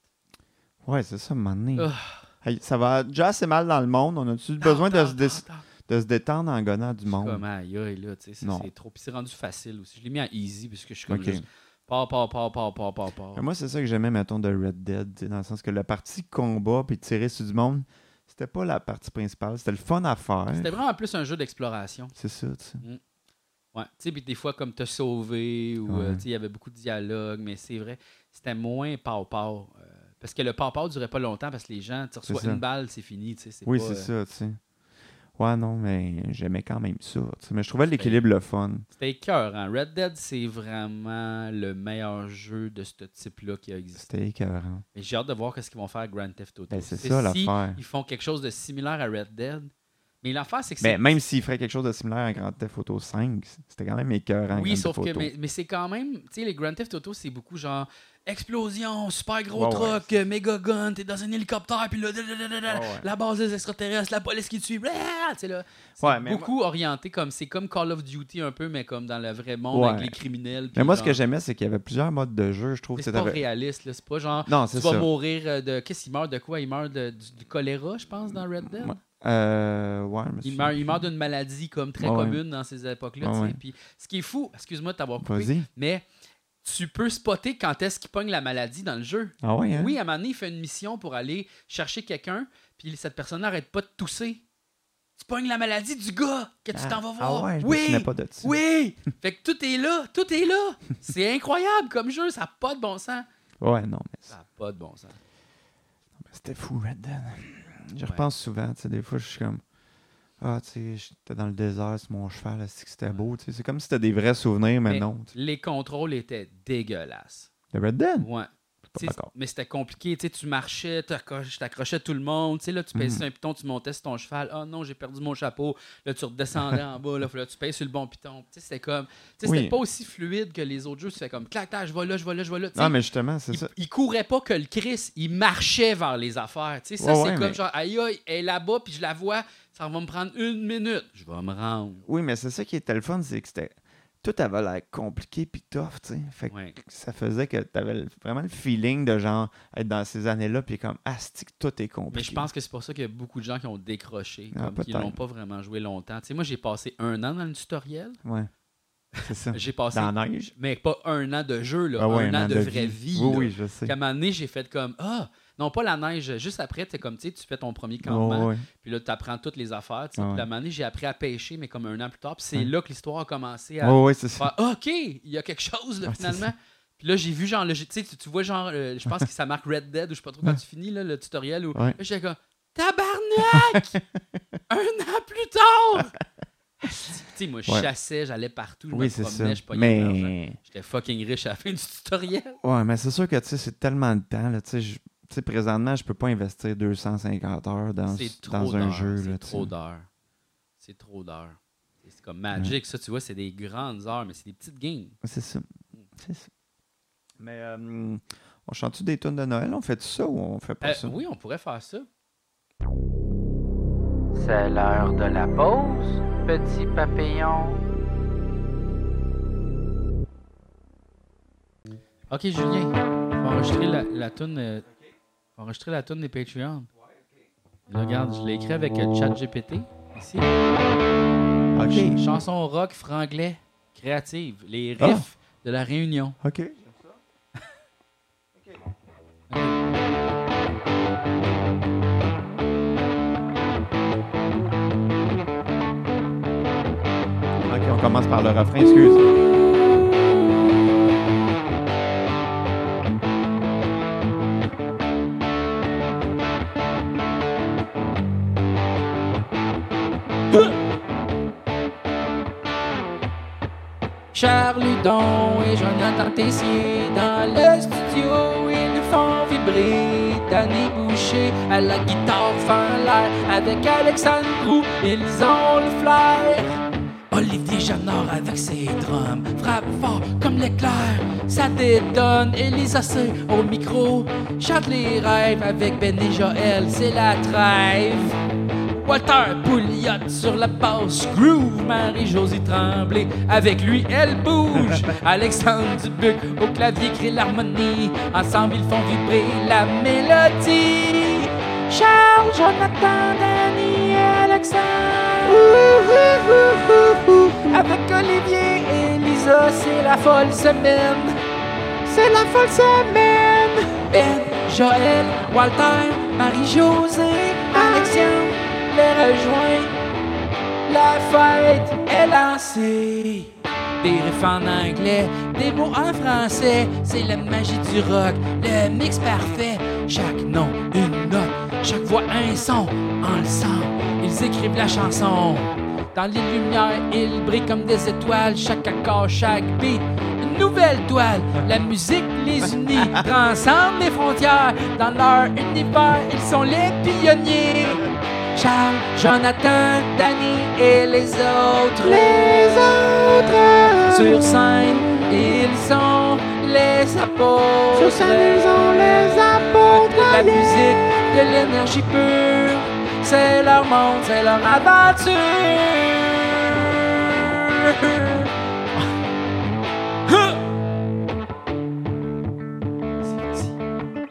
Ouais, c'est ça, mané. Ah. ça va déjà assez mal dans le monde. On a-tu besoin de se, dé- Attends, attends. de se détendre en gonnant du monde? Ah, Comme aïe, aïe, là, tu sais, c'est Non. c'est trop. Puis c'est rendu facile aussi. Je l'ai mis en easy, puisque je suis comme Ok. juste. Par, par, par, par, par, par, par. Mais Moi, c'est ça que j'aimais, mettons, de Red Dead, tu sais, dans le sens que la partie combat puis tirer sur du monde, c'était pas la partie principale. C'était le fun à faire. C'était vraiment plus un jeu d'exploration. C'est ça, tu sais. Ouais, tu sais, puis des fois, comme t'as sauvé, ou euh, Ouais. tu sais, il y avait beaucoup de dialogues, mais c'est vrai, c'était moins pau-pau. euh, parce que le pau-pau durait pas longtemps, parce que les gens, tu reçois C'est ça. une balle, c'est fini, tu sais. c'est Oui, pas, c'est euh, ça, tu sais. Ouais, non, mais j'aimais quand même ça. tu sais. Mais je trouvais l'équilibre le fun. C'était écœurant. Red Dead, c'est vraiment le meilleur jeu de ce type-là qui a existé. C'était écœurant. Mais j'ai hâte de voir qu'est-ce qu'ils vont faire à Grand Theft Auto. Ben, c'est C'est ça si l'affaire. Ils font quelque chose de similaire à Red Dead. Mais l'affaire, c'est que Mais c'est- Ben, même s'il ferait quelque chose de similaire à Grand Theft Auto 5, c'était quand même écœurant. Oui, Grand sauf Theft que, Auto. mais, mais c'est quand même, tu sais, les Grand Theft Auto, c'est beaucoup genre explosion, super gros Ouais, ouais. truck, euh, méga gun, t'es dans un hélicoptère, puis là, da, da, da, da, da, Ouais, ouais. la base des extraterrestres, la police qui te suit, blah, tu sais, là. C'est Ouais, mais beaucoup orienté comme, c'est comme Call of Duty un peu, mais comme dans le vrai monde Ouais. avec les criminels. Mais puis moi, ce genre, que j'aimais, c'est qu'il y avait plusieurs modes de jeu. Je trouve que c'est c'était. pas réaliste, là, c'est pas genre, Non, tu c'est vas ça. mourir euh, de, qu'est-ce qu'il meurt de quoi? Il meurt de- du, du choléra, je pense, dans Red Dead. Ouais. Euh, ouais, je me Il souviens meurt, plus. il meurt d'une maladie comme très Ouais, ouais. commune dans ces époques-là. Ouais, tu sais. ouais. Puis, ce qui est fou, excuse-moi de t'avoir coupé, Vas-y. mais tu peux spotter quand est-ce qu'il pogne la maladie dans le jeu. Ah ouais, hein? Oui, à un moment donné, il fait une mission pour aller chercher quelqu'un, puis cette personne n'arrête pas de tousser. Tu pognes la maladie du gars que tu Ah, t'en vas Ah voir. ouais, je me oui, souvenais pas de ça. oui. fait que tout est là, tout est là. C'est incroyable comme jeu, ça n'a pas de bon sens. Ouais, non, mais Ça n'a pas de bon sens. C'était fou, Red Dead. Je Ouais. repense souvent, tu sais, des fois, je suis comme... Ah, tu sais, j'étais dans le désert sur mon cheval, là, c'est que c'était beau, tu sais. C'est comme si c'était des vrais souvenirs, mais, Mais- non. tu sais. Les contrôles étaient dégueulasses. Le Red Dead? Ouais. Je T'sais, suis pas d'accord. Mais c'était compliqué, tu sais, tu marchais, t'accroches- t'accrochais tout le monde, tu sais, là, tu Mhm. pèsais sur un piton, tu montais sur ton cheval, oh non, j'ai perdu mon chapeau, là, tu redescendais en bas, là, fallait que tu pèses sur le bon piton, tu sais, c'était comme, tu sais, c'était Oui. pas aussi fluide que les autres jeux, tu fais comme, clac, clac, je vais là, je vais là, je vais là, tu sais, Non, mais justement, c'est il, ça. il courait pas que le Chris, il marchait vers les affaires, tu sais, ça, Ouais, c'est ouais, comme mais- genre, aïe, aïe, elle est là-bas, puis je la vois, ça va me prendre une minute, je vais me rendre, Oui, mais c'est ça qui était le fun, c'est que c'était... Tout avait l'air compliqué puis tough, tu sais. Fait que Ouais. ça faisait que t'avais le- vraiment le feeling de, genre, être dans ces années-là, puis comme, astique, tout est compliqué. Mais je pense que c'est pour ça qu'il y a beaucoup de gens qui ont décroché, Ah, comme, qui peut-être. n'ont pas vraiment joué longtemps, tu sais, moi, j'ai passé un an dans le tutoriel, Ouais. C'est ça. j'ai passé Ah. dans la neige? mais pas un an de jeu, là, Ah ouais, un, an, de, vraie vie. Oui, là. oui, je sais. Puis à un moment donné, j'ai fait comme Ah, non, pas la neige. Juste après, tu sais, comme tu sais, tu fais ton premier campement, Ouais, ouais. puis là, tu apprends toutes les affaires. tu sais. Ah Puis ouais. à un moment donné, j'ai appris à pêcher, mais comme un an plus tard. Puis c'est Ouais. là que l'histoire a commencé à Ouais, ouais, c'est ça. faire Ah, OK, il y a quelque chose, là, Ouais, c'est finalement. Puis là, j'ai vu genre, le- tu sais, tu tu vois genre, euh, je pense que ça marque Red Dead ou je sais pas trop quand tu finis là, le tutoriel. Où, Ouais. Là, j'étais comme, tabarnak! Un an plus tard! tu sais, moi, je Ouais. chassais, j'allais partout, je Oui, me c'est ça. promenais, je pognais de l'argent. Mais. J'étais fucking riche à la fin du tutoriel. Ouais, mais c'est sûr que, tu sais, c'est tellement de temps, là. Tu sais, je- tu sais, présentement, je peux pas investir 250 heures dans, C'est trop dans un d'heures. jeu, là. C'est tu trop sais. d'heures. C'est trop d'heures. C'est comme Magic, ça, tu vois, c'est des grandes heures, mais c'est des petites games. C'est ça. C'est ça. Mais, euh, on chante-tu des tunes de Noël? On fait ça ou on fait pas Euh, ça? oui, on pourrait faire ça. C'est l'heure de la pause, petit papillon. Ok, Julien, on va enregistrer la, la toune. euh, on va enregistrer la toune des Patreons. Là, regarde, je l'ai écrit avec euh, ChatGPT. Ici. Ch- Ok. Chanson rock franglais créative. Les Ah. riffs de la Réunion. Ok. Ok, on commence par le refrain, excuse. Charles Hudon et Jonathan Tessier dans le studio, ils nous font vibrer. Danny Boucher à la guitare fin l'air avec Alexandre Roux, ils ont le flair. Olivier Janor avec ses drums frappe fort comme l'éclair. Ça détonne Elisa C au micro chante les rêves avec Ben et Joël, c'est la trêve. Walter Pouliot sur la basse groove, Marie-Josie Tremblay, avec lui elle bouge. Alexandre Dubuc au clavier crée l'harmonie, ensemble ils font vibrer la mélodie. Charles, Jonathan, Danny et Alexandre. Avec Olivier et Lisa, c'est la folle semaine. C'est la folle semaine! Ben, Joël, Walter, Marie-Josée, Alexiane, les rejoint. La fête est lancée. Des riffs en anglais, des mots en français, c'est la magie du rock, le mix parfait. Chaque nom, une note, chaque voix, un son. Ensemble, ils écrivent la chanson. Dans les lumières, ils brillent comme des étoiles, chaque accord, chaque beat. Une nouvelle toile, la musique les unit, transcende les frontières. Dans leur univers, ils sont les pionniers. Charles, Jonathan, Danny et les autres. Les autres. Sur scène, ils sont les apôtres. Sur scène, ils sont les apôtres. De la musique, de l'énergie pure. C'est leur monde, c'est leur aventure.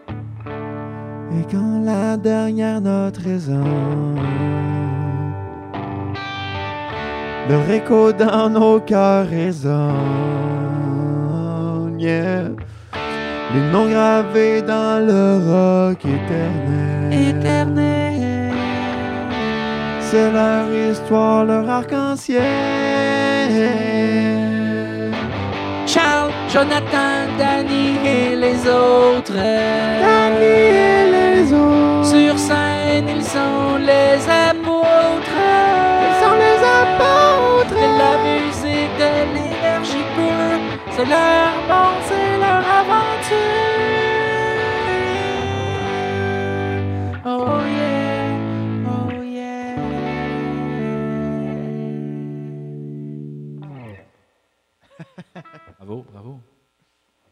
Et quand la dernière note résonne, le écho dans nos cœurs résonne. yeah. Les noms gravés dans le roc éternel. Éternel. C'est leur histoire, leur arc-en-ciel. Charles, Jonathan, Danny et les autres. Danny et les autres. Sur scène, ils sont les apôtres. Ils sont les apôtres. De la musique, de l'énergie pure. C'est leur monde, c'est leur aventure. Oh yeah, oh yeah. Bravo, bravo.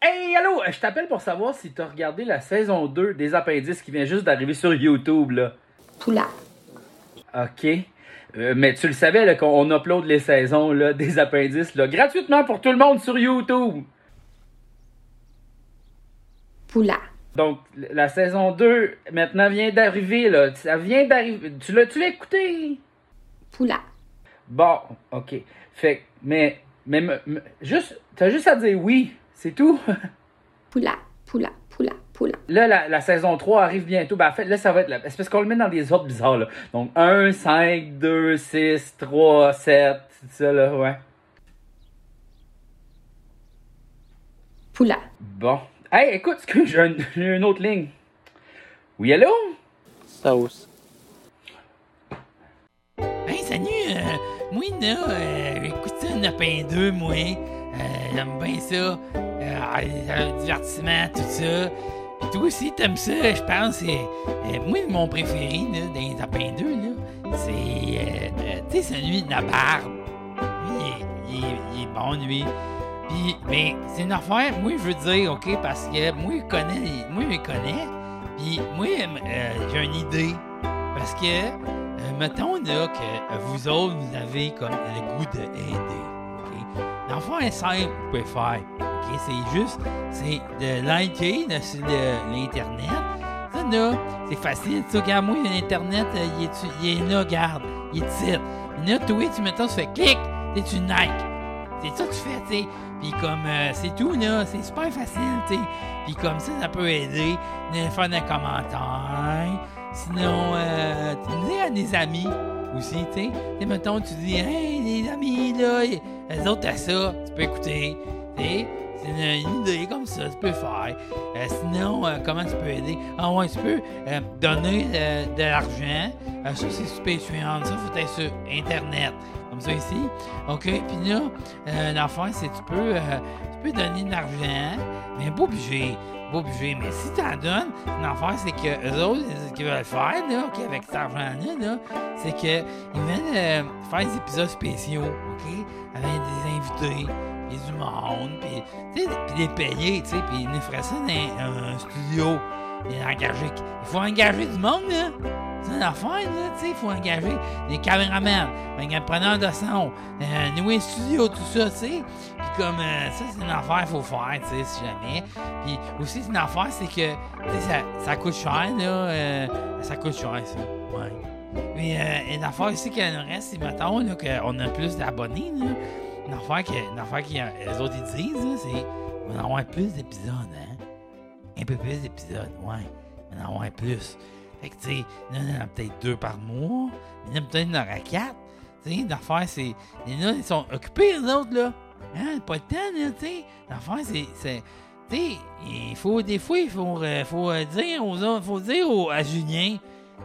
Hey, allô, euh, je t'appelle pour savoir si t'as regardé la saison 2 des appendices qui vient juste d'arriver sur YouTube, là. Poula. OK. Euh, mais tu le savais là, qu'on on upload les saisons là, des appendices là, gratuitement pour tout le monde sur YouTube. Poula. Donc, l- la saison 2, maintenant, vient d'arriver. là. Ça vient d'arriver. Tu l'as, tu l'as écouté? Poula. Bon, OK. Fait que- mais, mais, me- me- juste, t'as juste à dire oui, c'est tout. Poula. Poula. Poula. Poula. Là, la, la saison 3 arrive bientôt. Ben, en fait, là, ça va être. La... C'est parce qu'on le met dans des ordres bizarres, là. Donc, 1, 5, 2, 6, 3, 7. C'est ça, là, ouais. poula. Bon. Hey, écoute, excuse, j'ai un- j'ai une, autre ligne. Oui, allô? Sauce. Hey, salut! euh, moi, là, euh, j'écoute ça, Nopin 2, moi. Euh, J'aime bien ça. Euh, ah, le divertissement, tout ça. Puis toi aussi, t'aimes ça, je pense. Euh, euh, moi, mon préféré, là, dans les Nopin 2, là, c'est. euh, euh, tu sais, celui de la barbe. Lui, il est, il est- il est bon, lui. Puis, mais c'est une affaire, moi, je veux dire, OK, parce que moi, je connais. les- Moi, je les connais. Puis, moi, euh, j'ai une idée. Parce que. Euh, mettons là, que euh, vous autres, vous avez comme le goût de aider. ok? Dans le fond, c'est simple, vous pouvez faire. ok? C'est juste, c'est de liker là, sur le- l'Internet. Ça, là, c'est facile. Tu sais, regarde, moi, l'Internet, euh, il est, tu- il est là, regarde. Il est titre. Là, toi, tu mettons, tu fais clic, et tu like. C'est ça que tu fais, tu sais. Puis comme, euh, c'est tout, là. C'est super facile, tu sais. Puis comme ça, ça peut aider. De faire des commentaires. Sinon, euh, tu dis à des amis aussi, tu sais. Tu sais, mettons, tu dis, hey, les amis, là, y- eux autres, t'as ça, tu peux écouter. Tu sais, c'est une, une idée comme ça, tu peux faire. Euh, sinon, euh, comment tu peux aider? Ah ouais, tu peux euh, donner euh, de l'argent. Euh, ça, c'est sur Patreon, ça, faut être sur Internet. Comme ça ici. OK, puis là, euh, l'affaire, c'est que tu peux, euh, tu peux donner de l'argent, mais pas obligé pas obligé. Mais si t'en donnes, l'affaire, c'est que eux autres, ce qu'ils veulent faire, là, OK, avec cet argent-là, là, c'est que ils viennent euh, faire des épisodes spéciaux, OK, avec des invités, puis du monde, puis, tu sais, puis les payer, tu sais, puis ils nous feraient ça dans un, un studio. Et engager- Il faut engager du monde, là. C'est une affaire, là, tu sais, il faut engager des caméramans, des preneurs de son, euh, nouer un studio, tout ça, tu sais. Puis comme, euh, ça, c'est une affaire qu'il faut faire, tu sais, si jamais. Puis aussi, c'est une affaire, c'est que tu sais, ça, ça coûte cher, là. euh, ça coûte cher, ça. Ouais. Mais euh, une affaire aussi qu'elle nous reste, c'est mettons là, qu'on a plus d'abonnés. Là. Une affaire que une affaire qu'ils autres ils disent, là, c'est on va en avoir plus d'épisodes, hein? Un peu plus d'épisodes, ouais. On va en avoir plus. Fait que tu sais, là, on en a peut-être deux par mois, mais là, peut-être on en aura quatre. Tu sais, l'affaire, c'est. les là, ils sont occupés, les autres, là. Hein? Pas le temps, là, tu sais. L'affaire, c'est- c'est tu sais, il faut des fois, il faut, euh, faut euh, dire aux autres, faut dire aux- à Julien,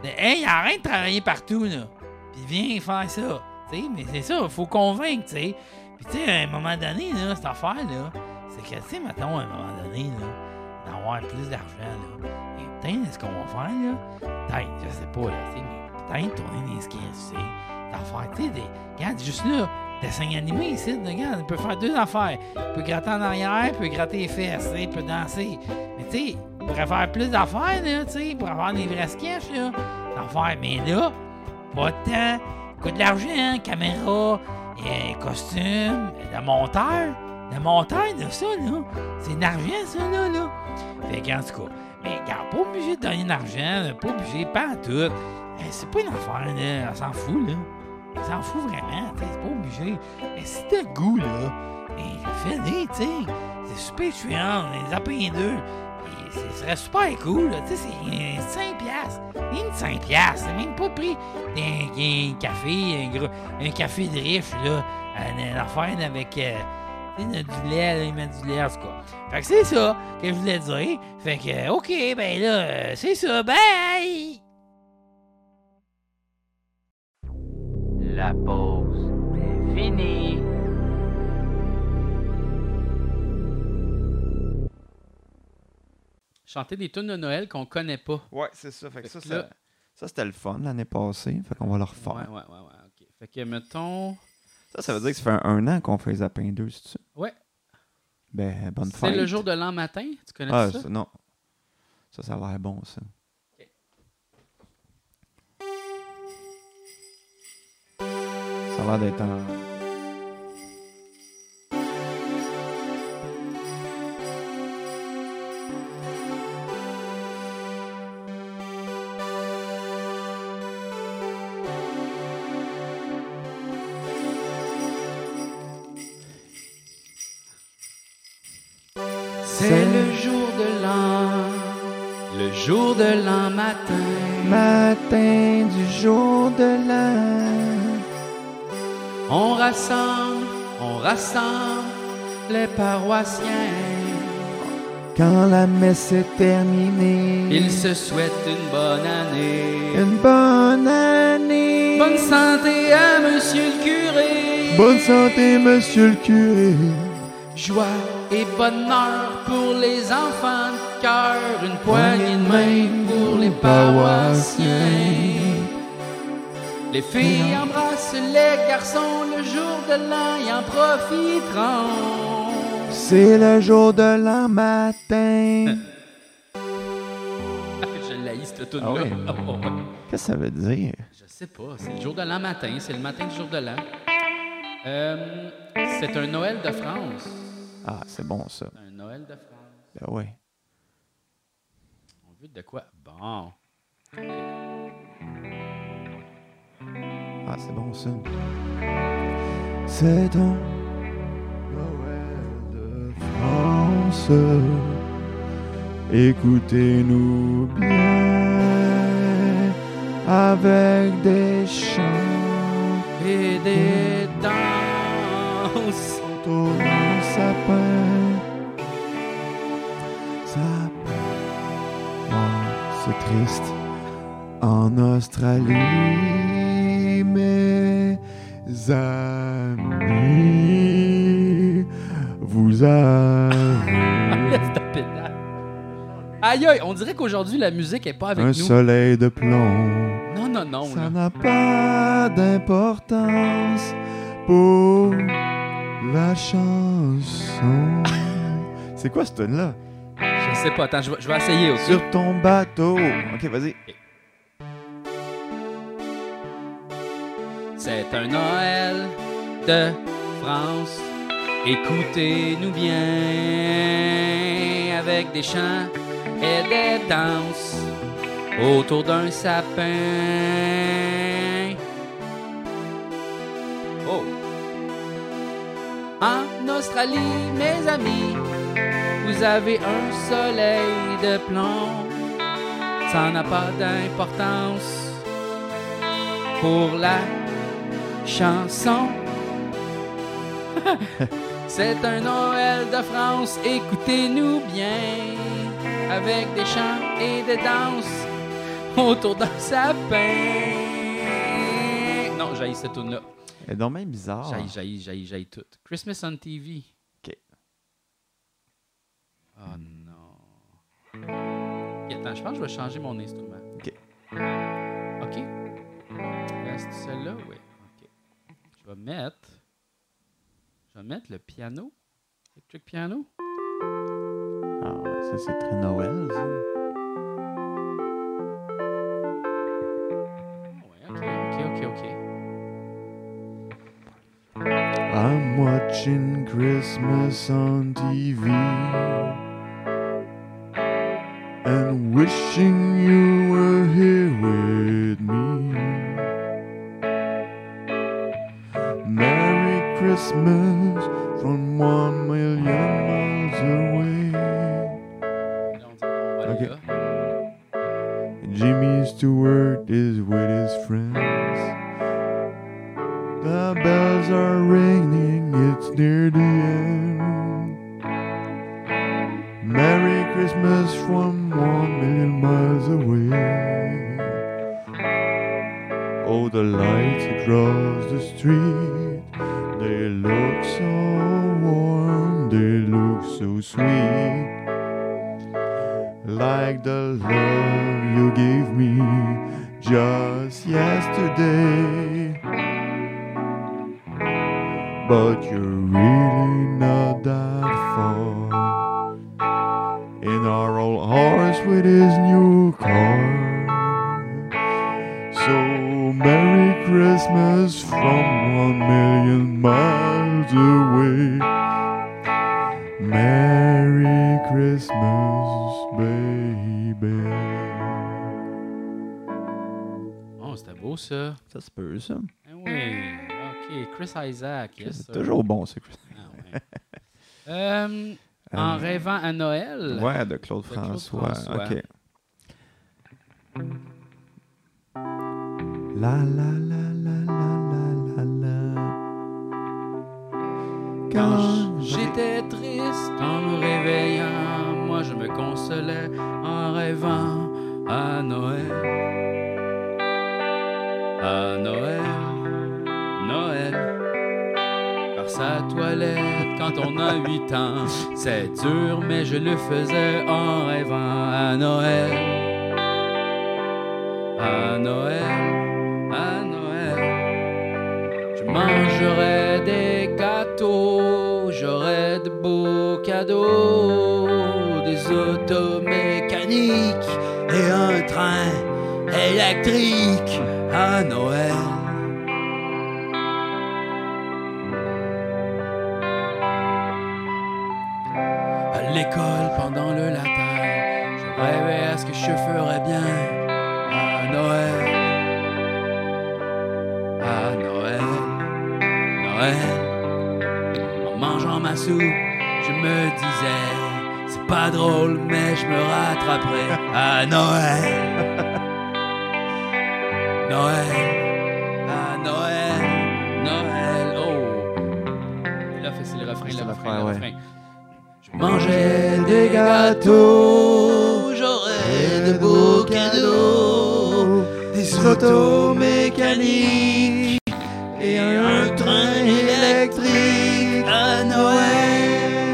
de, hey, arrête de travailler partout là, puis viens faire ça, tu sais, mais c'est ça, faut convaincre, tu sais, puis tu sais, à un moment donné là, cette affaire là, c'est que tu sais, mettons, à un moment donné là, d'avoir plus d'argent là, et putain, est-ce qu'on va faire là, peut-être, je sais pas là, tu sais, mais peut-être tourner des skins, tu sais, d'affaires, tu sais, des, regarde, juste là. Dessin animé ici, regarde, on peut faire deux affaires. On peut gratter en arrière, on peut gratter les fesses, tu sais, on peut danser. Mais tu sais, on pourrait faire plus d'affaires, là, tu sais, pour avoir des vrais sketchs, là. D'affaires, mais là, pas de temps, coûte de l'argent, hein, caméra, et costume, le monteur. Le monteur, là, ça, là, c'est de l'argent, ça, là, là. Fait qu'en tout cas, mais regarde, pas obligé de donner de l'argent, là, pas obligé, pas en tout. Eh, C'est pas une affaire, là, on s'en fout, là. On s'en fout vraiment, tu sais, c'est pas obligé. Mais si t'as le goût, là, eh, fais-le, tu sais. C'est super chiant, les appeler deux. Et ce serait super cool, là. Tu sais, c'est euh, 5 piastres. Une 5 piastres, c'est même pas le prix d'un d'un café, un, gros- un café de riche, là. Une, une affaire avec... euh, tu sais, du lait, là, ils mettent du lait, en tout cas. Fait que c'est ça que je voulais dire. Fait que, euh, OK, ben là, euh, c'est ça. Bye! La pause est finie. Chanter des tunes de Noël qu'on connaît pas. Ouais, c'est ça. Fait que Fait ça, que ça- là- ça, c'était le fun l'année passée. Fait qu'on va le refaire. Ouais, ouais, ouais, ouais. ok. Fait que, mettons, Ça, ça veut dire que ça fait un, un an qu'on fait les Apins 2, c'est ça? Ouais. Ben, bonne fête. c'est le jour de l'an matin. Tu connais Ah, ça? ça, non. Ça, ça a l'air bon, ça. Ça a l'air d'être en... C'est le jour de l'an, le jour de l'an matin. Matin du jour de l'an. On rassemble, on rassemble les paroissiens. Quand la messe est terminée, Ils se souhaitent une bonne année. une bonne année. Bonne santé à Monsieur le curé. Bonne santé, monsieur le curé. Joie et bonheur pour les enfants de cœur. Une poignée de main pour les paroissiens. Les filles embrassent les garçons le jour de l'an et en profiteront. C'est le jour de l'an Euh. matin. Je l'haïs, cette toune-là. Ah oui. Ah ouais. Qu'est-ce que ça veut dire? Je sais pas, c'est le jour de l'an matin, c'est le matin du jour de l'an. Euh, c'est un Noël de France. Ah, c'est bon ça. Un Noël de France. Ben ouais. On veut de quoi? Bon. Ah, c'est bon ça. C'est un Noël de France. Écoutez-nous bien avec des chants Et des danses. autour du sapin. Sapin. Oh, c'est triste. En Australie, mes amis, vous avez Laisse ta pédale. Aïe, aïe, on dirait qu'aujourd'hui, la musique est pas avec un nous. Ah, soleil de plomb. Non, non, non. là. Ça n'a pas d'importance pour la chanson. C'est quoi ce tune là Je sais pas, attends, je vais, je vais essayer, OK? Sur ton bateau. Ok, vas-y. C'est un Noël de France. Écoutez-nous bien avec des chants et des danses autour d'un sapin. Oh! En Australie, mes amis, vous avez un soleil de plomb. Ça n'a pas d'importance pour la chanson. C'est un Noël de France, écoutez-nous bien. Avec des chants et des danses autour d'un sapin. Non, j'haïs cette tune-là. Elle est donc même bizarre. J'haïs, j'haïs, j'haïs, j'haïs tout. Christmas on TV. Ah. OK. Oh non. Ok, attends, je pense que je vais changer mon instrument. OK. OK. Là, c'est celle-là, oui. OK. Je vais mettre. Je vais mettre le piano. Electric piano. Ah, ça, c'est très Noël, ça. Ouais, OK, OK, OK, OK. I'm watching Christmas on TV and wishing you were here with me. Merry Christmas from one million miles away. Là, on dirait qu'on va aller OK. là. Jimmy Stewart is with his friends. The bells are ringing, it's near the end. Merry Christmas from one million miles away. Oh, the lights across the street, they look so warm, they look so sweet like the love you gave me just yesterday. But you're really not that far. In our old horse with his new car. So Merry Christmas from one million miles away. Merry Christmas, baby. Bon, Oh, c'était beau, ça. Ça se peut, ça. Ah oui. OK, Chris Isaac. Yes, sir. Toujours bon, c'est Ah, ouais. Euh, en rêvant à Noël. Ouais, de Claude François. François. Ok. La la la la la la la la. Quand j'étais triste en me réveillant, moi je me consolais en rêvant à Noël. À Noël, Noël, par sa toilette quand on a huit ans. C'est dur, mais je le faisais en rêvant à Noël. À Noël, à Noël. Je mangerai des gâteaux, j'aurai de beaux cadeaux, des automécaniques et un train électrique à Noël. À l'école pendant le latin, je rêvais à ce que je ferais bien à Noël à Noël, Noël. En mangeant ma soupe, je me disais, c'est pas drôle, mais je me rattraperai à Noël. Noël, à Noël, Noël, oh. Et Là, c'est le refrain, C'est le le refrain, le refrain, refrain. Je mangeais des gâteaux, j'aurais de beaux cadeaux des automécaniques et un train électrique à Noël.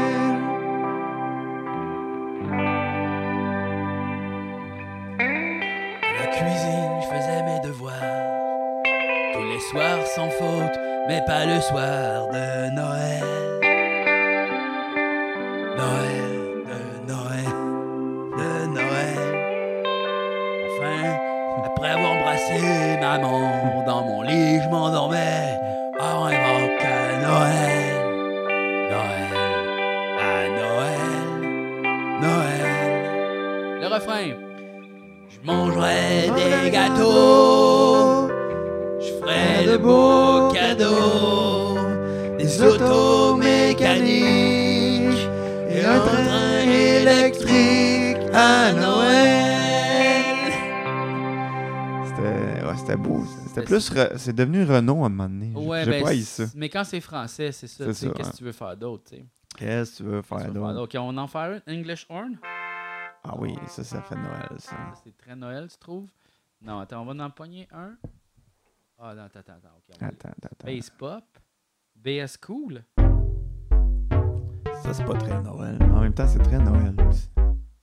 À la cuisine, je faisais mes devoirs tous les soirs sans faute, mais pas le soir de Noël. Noël, de Noël, de Noël. Enfin, après avoir embrassé maman dans mon lit, je m'endormais en rêvant qu'à Noël, Noël, à Noël, Noël. Le refrain. Je mangerai des gâteaux, je ferai de beaux cadeaux, des automécaniques et un train électrique à Noël. C'était ouais, c'était beau. C'était C'est- plus. re- C'est devenu Renault à un moment donné. J'ai- Ouais, J'ai ben, pas haï ça. c- Mais quand c'est français, c'est ça. C'est tu sais, ça, Qu'est-ce ouais. que tu veux faire d'autre? tu sais? Qu'est-ce que tu veux Qu'est-ce que faire tu veux faire d'autre? d'autre? Ok, on en fait un English horn? Ah oui, ça, ça fait Noël, ça. Ça, C'est très Noël, tu trouves? Non, attends, on va en pogner un. Ah non, attends, attends, attends. ok, on va- Attends, attends, attends. Bass Pop. BS Cool. Ça, c'est pas très Noël. mais En même temps, c'est très Noël. aussi.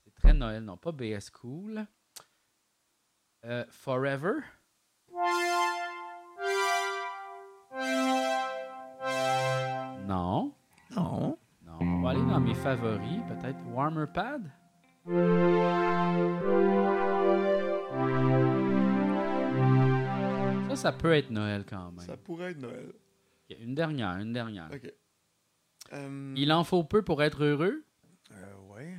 C'est très Noël, non pas BS Cool. Euh, Forever. Non. Non. Non, on va aller dans mes favoris, peut-être Warmer Pad. Ça, ça peut être Noël quand même. Ça pourrait être Noël. Ok, Une dernière, une dernière. Ok. Euh, Il en faut peu pour être heureux. euh, ouais.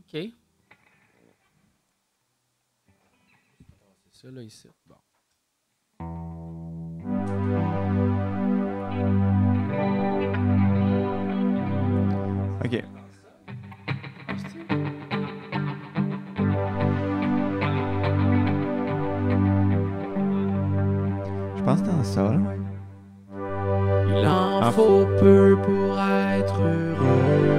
OK. C'est ça, là, ici. Bon. Ok. Je pense que c'est en sol. Il en Ah. faut peu pour être heureux.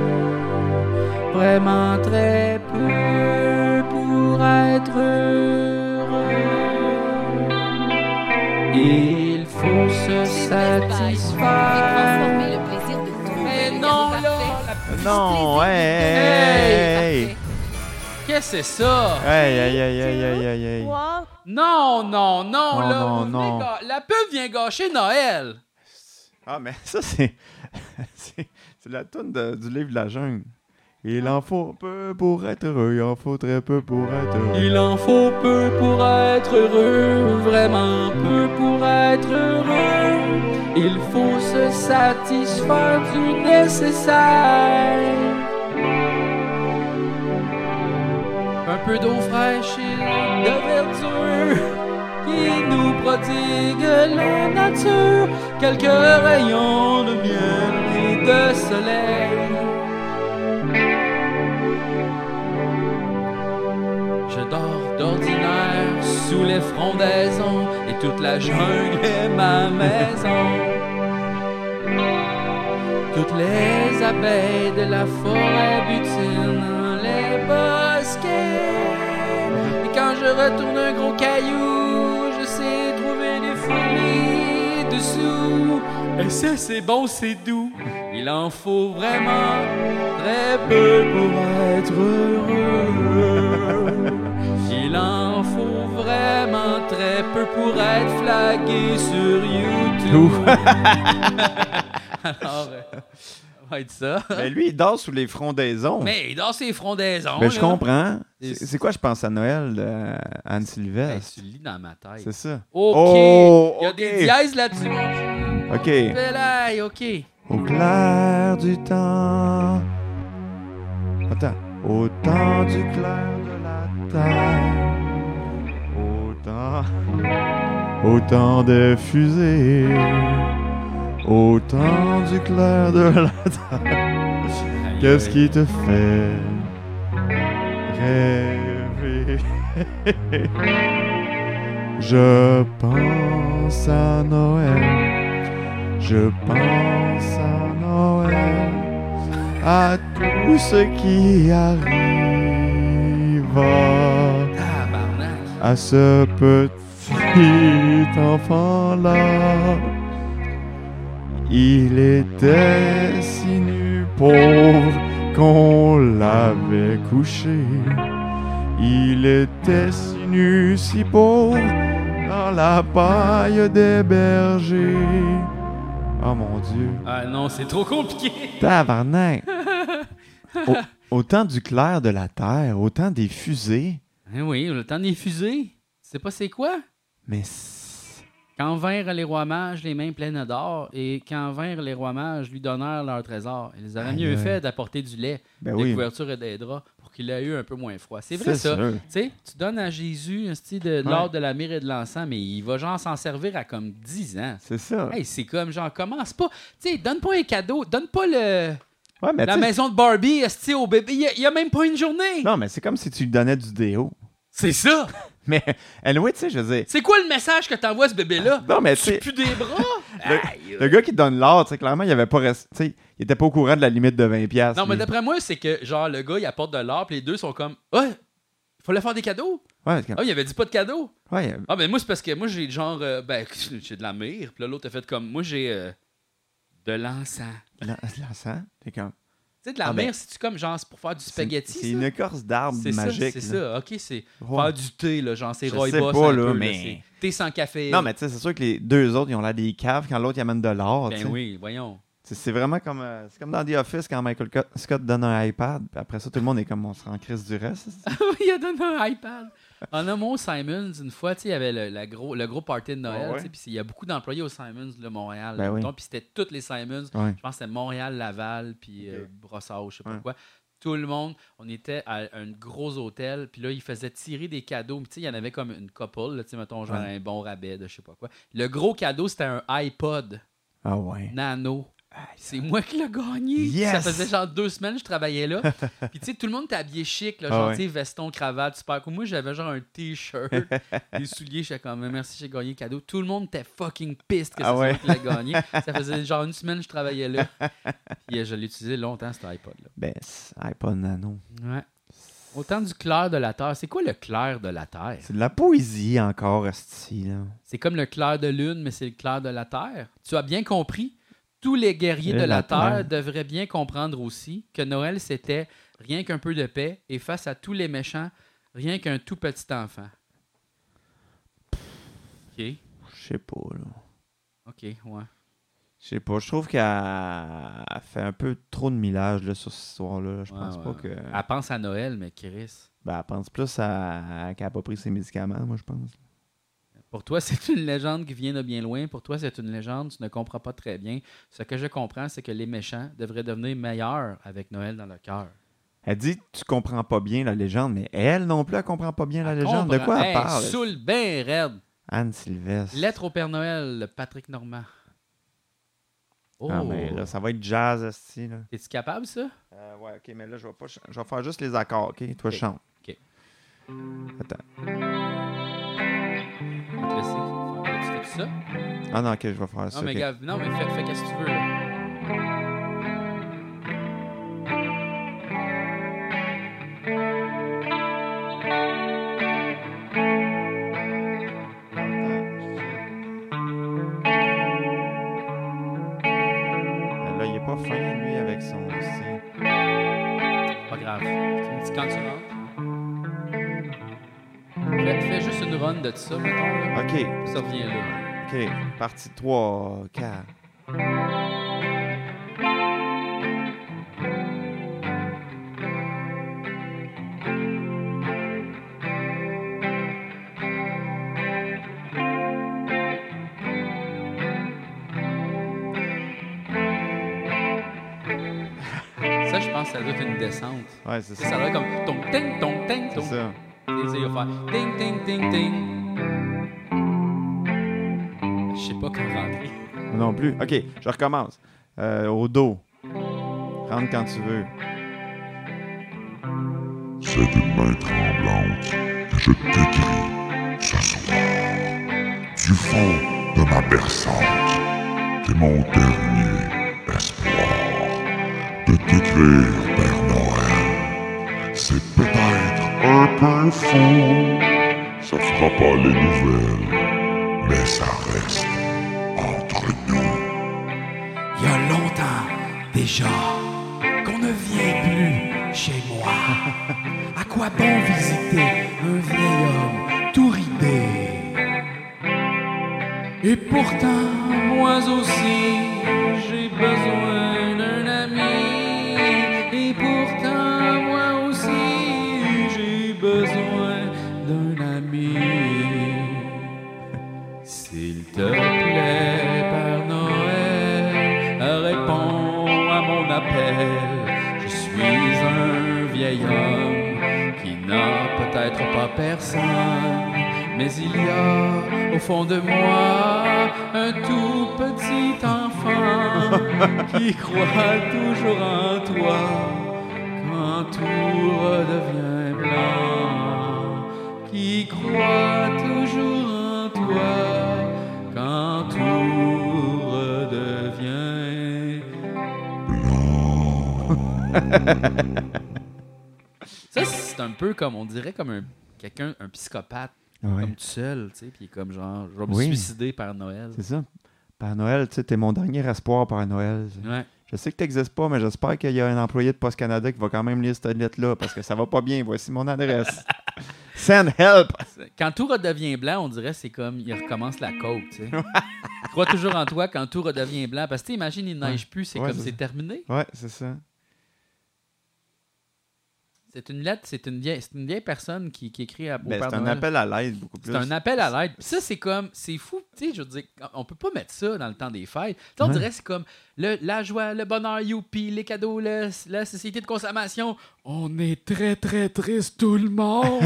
Vraiment très peu pour être heureux. Il faut se satisfaire. le plaisir de trouver Mais le non, cadeau là! parfait. Non, Hey, hey, hey, hey, Qu'est-ce que c'est ça? hey, hey, hey, hey, hey, hey, hey. Non, non, non, Non, là. non, vous venez non. gâ- La pub vient gâcher Noël. Ah, mais ça, c'est. c'est c'est la toune de- du livre de la jungle. Il en faut peu pour être heureux, il en faut très peu pour être heureux. Il en faut peu pour être heureux, vraiment peu pour être heureux. Il faut se satisfaire du nécessaire. Un peu d'eau fraîche et de verdure qui nous prodigue la nature. Quelques rayons de miel et de soleil. Je dors d'ordinaire sous les frondaisons et toute la jungle est ma maison. Toutes les la baie, de la forêt butine dans les bosquets. Et quand je retourne un gros caillou, je sais trouver des fourmis dessous. Et ça, c'est bon, c'est doux. Il en faut vraiment très peu pour être heureux. Il en faut vraiment très peu pour être flagué sur YouTube. Alors, euh, ça va être ça. Mais lui, il dort sous les frondaisons. Mais, Mais dans ses frondaisons. je là. comprends. C'est- C'est c'est quoi, je pense à Noël, euh, Anne Hey, Sylvestre? tu le lis dans ma tête. C'est ça. OK. Oh, Il y a ok. des dièses là-dessus. OK. Fais l'ail, OK. Au clair du temps. Attends. Au temps du clair de la terre. Au temps. Au temps des fusées. Au temps du clair de la terre. Qu'est-ce qui te fait rêver? Je pense à Noël. Je pense à Noël, à tout ce qui arrive, Tabarnak. à ce petit enfant-là. Il était si nu pauvre qu'on l'avait couché. Il était si nu, si pauvre dans la paille des bergers. Oh mon Dieu. Ah non, c'est trop compliqué. Tabarnak! Au, au temps du clair de la Terre, au temps des fusées, Eh oui, le temps des fusées. Tu sais pas c'est quoi? mais c'est- Quand vinrent les rois mages les mains pleines d'or, et quand vinrent les rois mages lui donnèrent leur trésor, ils auraient Aïe, mieux aïe. fait d'apporter du lait, ben des oui, couvertures et des draps pour qu'il ait eu un peu moins froid. C'est vrai ça. sûr. Tu sais, tu donnes à Jésus un style de l'or de la mire et de l'encens, mais il va genre s'en servir à comme 10 ans. C'est ça. Hey, c'est comme genre, commence pas. Tu sais, donne pas un cadeau, donne pas le, Ouais, mais la Ben, tu sais, maison de Barbie esti, au bébé. Il y a- Il y a, même pas une journée. non, mais c'est comme si tu lui donnais du déo. C'est ça. Mais anyway, tu sais, je veux dire, C'est quoi le message que t'envoies à ce bébé-là? non, mais tu Tu sais, pues des bras? Aïe. le gars qui te donne l'or, tu sais, clairement, il avait pas resté, tu sais, il était pas au courant de la limite de 20 pièces. Non, mais d'après moi, c'est que genre le gars il apporte de l'or, puis les deux sont comme Ah, il fallait faire des cadeaux. Ouais, c'est Ah, comme- il avait dit pas de cadeaux. ouais, euh, Ah, ben moi, c'est parce que moi, j'ai genre, euh, ben, j'ai de la mire, puis là, l'autre a fait comme moi, j'ai euh, de l'encens. l'en- l'encens, t'es comme... Tu sais, de la Ah, ben, mire, c'est-tu comme genre c'est pour faire du c'est- spaghetti? C'est ça? une écorce d'arbre C'est ça, magique. c'est là. ça. Ok, c'est Ouais. faire du thé, là, genre c'est Je Roy sais Boss. pas, un là, peu, mais- c'est Thé sans café. Non, mais tu sais, c'est sûr que les deux autres, ils ont l'air des caves quand l'autre, il amène de l'or, tu Ben sais. oui, voyons. C'est- C'est vraiment comme, euh, c'est comme dans The Office quand Michael Co- Scott donne un iPad. puis après ça, tout le monde est comme on sera en crise du reste. il a donné un iPad. En homo Simons, une fois, tu sais, il y avait le, la gros, le gros party de Noël, Ah ouais? tu sais, puis il y a beaucoup d'employés au Simons de Montréal. Ben là, oui. mettons, Puis c'était toutes les Simons. Ouais. Je pense que c'était Montréal, Laval, puis euh, Brossard, je sais pas Ouais. quoi. Tout le monde, on était à un gros hôtel, puis là, ils faisaient tirer des cadeaux. Puis, Tu sais, il y en avait comme une couple, là, tu sais, mettons, genre Ouais. un bon rabais de je sais pas quoi. Le gros cadeau, c'était un iPod. Ah ouais. Nano. C'est moi qui l'ai gagné. Yes! Ça faisait genre deux semaines que je travaillais là. Puis tu sais, tout le monde était habillé chic, là, Ah genre ouais. tu sais, veston, cravate, super cool. Moi, j'avais genre un t-shirt, des souliers, j'étais comme merci, j'ai gagné le cadeau. Tout le monde était fucking piste que Ah c'est ouais. moi qui l'ai gagné. Ça faisait genre une semaine que je travaillais là. Puis euh, je l'ai utilisé longtemps, cet iPod-là. Ben, c'est- iPod Nano. Ouais. Autant du clair de la terre. C'est quoi le clair de la terre? C'est de la poésie encore, hostie, là. C'est comme le clair de lune, mais c'est le clair de la terre. Tu as bien compris. Tous les guerriers Et de la la terre devraient bien comprendre aussi que Noël, c'était rien qu'un peu de paix et face à tous les méchants, rien qu'un tout petit enfant. OK. Je sais pas, là. OK, ouais. Je sais pas. Je trouve qu'elle elle fait un peu trop de millage là, sur cette histoire-là. Je Ouais, pense ouais. pas que. Elle pense à Noël, mais Chris, Ben, elle pense plus à, à qu'elle a pas pris ses médicaments, moi, je pense. pour toi, c'est une légende qui vient de bien loin. Pour toi, c'est une légende. Tu ne comprends pas très bien. Ce que je comprends, c'est que les méchants devraient devenir meilleurs avec Noël dans le cœur. Elle dit Tu comprends pas bien la légende, mais elle non plus, elle comprend pas bien la légende. De quoi Comprends- elle Hey, parle Saoule ben raide. Anne Sylvestre. Lettre au Père Noël, Patrick Normand. Oh, Ah, mais là, ça va être jazz, hostie, là. es-tu capable, ça? Euh, ouais, ok, mais là, je vais pas. ch- Je vais faire juste les accords, ok? Toi, Ok. chante. Ok. Attends. Je vais te laisser. Enfin, Tu fais ça? Non, Ah non, ok, Ah je vais faire ça. mais ok. Gav, non, mais fais, fais qu'est-ce que tu veux. là. Euh, là, il est pas fin, lui, avec son C. Pas grave. Tu me dis quand tu rentres. Fais, fais juste une run de ça, mettons. Là. OK, Puis Ça revient là. OK. Partie 3, 4. Ça, je pense que ça doit être une descente. Ouais, c'est Tu sais, ça. Ça doit être comme ton ting, ton ting, C'est ton. ça. Et tu sais, il va faire ting, ting, ting, ting. Je sais pas quand rentrer. Moi Non plus. OK, je recommence. Euh, au dos. Rentre quand tu veux. C'est d'une main tremblante que je t'écris ce soir. Du fond de ma berçante, t'es mon dernier espoir. De t'écrire, Père Noël, c'est peut-être un peu fou. Ça fera pas les nouvelles, mais ça reste entre nous. Il y a longtemps déjà qu'on ne vient plus chez moi. À quoi bon visiter un vieil homme tout ridé Et pourtant, moi aussi, j'ai besoin d'un ami. Et pourtant, moi aussi, j'ai besoin d'un ami. S'il te plaît, Père Noël, réponds à mon appel. Je suis un vieil homme qui n'a peut-être pas personne, mais il y a au fond de moi un tout petit enfant qui croit toujours en toi quand tout redevient blanc qui croit toujours en toi quand tout redevient. Ça, c'est un peu comme, on dirait comme un quelqu'un, un psychopathe, comme tout seul, tu sais, puis il est comme genre, je vais me Oui. suicider par Noël. C'est ça. Père Noël, tu sais, t'es mon dernier espoir, Père Noël. Ouais. Je sais que t'existes pas, mais j'espère qu'il y a un employé de Poste Canada qui va quand même lire cette lettre-là parce que ça va pas bien. Voici mon adresse. Send help! Quand tout redevient blanc, on dirait c'est comme il recommence la côte, tu sais. Il croit toujours en toi quand tout redevient blanc. Parce que tu sais, imagine, il neige plus, c'est Ouais, comme c'est c'est ça. terminé. Ouais, c'est ça. C'est une lettre, c'est une vieille, c'est une vieille personne qui, qui écrit à, au Ben, Père c'est un Noël. appel à l'aide beaucoup plus. C'est un appel à l'aide. Puis Ça, c'est comme, c'est fou. Tu sais, je veux dire, on peut pas mettre ça dans le temps des fêtes. Tu sais, on Ouais. dirait, c'est comme le, la joie, le bonheur, youpi, les cadeaux, le- la société de consommation. On est très, très triste, tout le monde.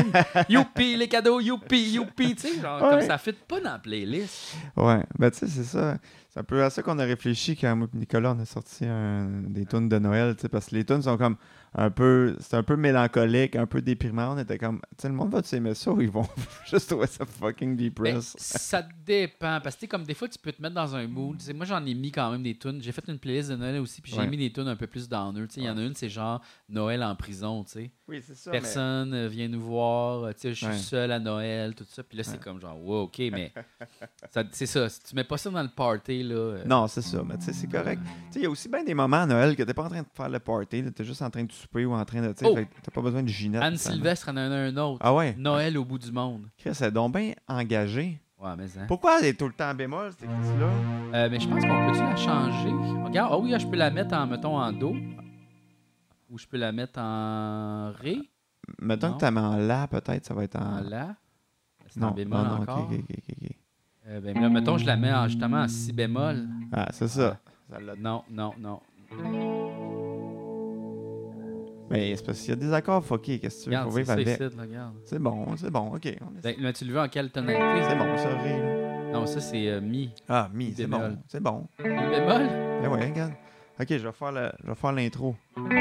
youpi, les cadeaux, youpi, youpi. Tu sais, genre, comme Ouais. ça fit pas dans la playlist. Ouais, ben tu sais, c'est ça. C'est un peu à ça qu'on a réfléchi quand moi et Nicolas on a sorti un- des tunes de Noël, tu sais, parce que les tunes sont comme un peu, c'est un peu mélancolique, un peu déprimant. On était comme, tu sais, le monde va tu aimer ça ou ils vont juste trouver ça fucking Ben, depressed. ça dépend. Parce que, tu sais, comme des fois, tu peux te mettre dans un mood. Tu sais, moi, j'en ai mis quand même des tunes. J'ai fait une playlist de Noël aussi, puis j'ai Ouais. mis des tunes un peu plus downer. Tu sais, il y en a une, c'est genre Noël en prison, tu sais. Oui, c'est ça. personne euh, vient nous voir, euh, tu sais, je suis Ouais. seul à Noël, tout ça. Puis là, c'est comme genre, wow, ok, mais ça- c'est ça, si tu mets pas ça dans le party, là. euh, Non, c'est ça, mais tu sais, c'est correct. Tu sais, il y a aussi bien des moments à Noël que t'es pas en train de faire le party, là, t'es juste en train de souper ou en train de, tu sais, Oh! fait que t'as pas besoin de ginette. Anne finalement. Sylvestre en a un, un autre. Ah ouais? Noël au bout du monde. Chris, elle est donc bien engagée. Ouais, mais hein. Pourquoi elle est tout le temps en bémol, cette actrice-là? Euh, mais je pense qu'on peut-tu la changer? Regarde, ah oui, je peux la mettre en, mettons, en Do. Ou je peux la mettre en Ré, Mettons Non. que t'as mis en la, peut-être, ça va être en. en La. C'est en bémol Ah. non, ok, encore. ok, ok, ok, ok. Euh, ben là, mettons, je la mets en- justement en Si bémol. Ah, c'est ça. Ça l'a- Non, non, non. Mais c'est parce qu'il y a des accords fuckés, qu'est-ce que tu veux Regarde, faut c'est vivre ça ici, avec? là, regarde. C'est bon, c'est bon, ok. on Ben, essaie. là, tu le veux en quelle tonalité? C'est bon, ça rit. là. Non, ça c'est euh, mi. Ah, mi, c'est Bémol. bon, c'est bon. Mi bémol? Ben ouais, regarde. Ok, je vais faire le- je vais faire l'intro. Ok.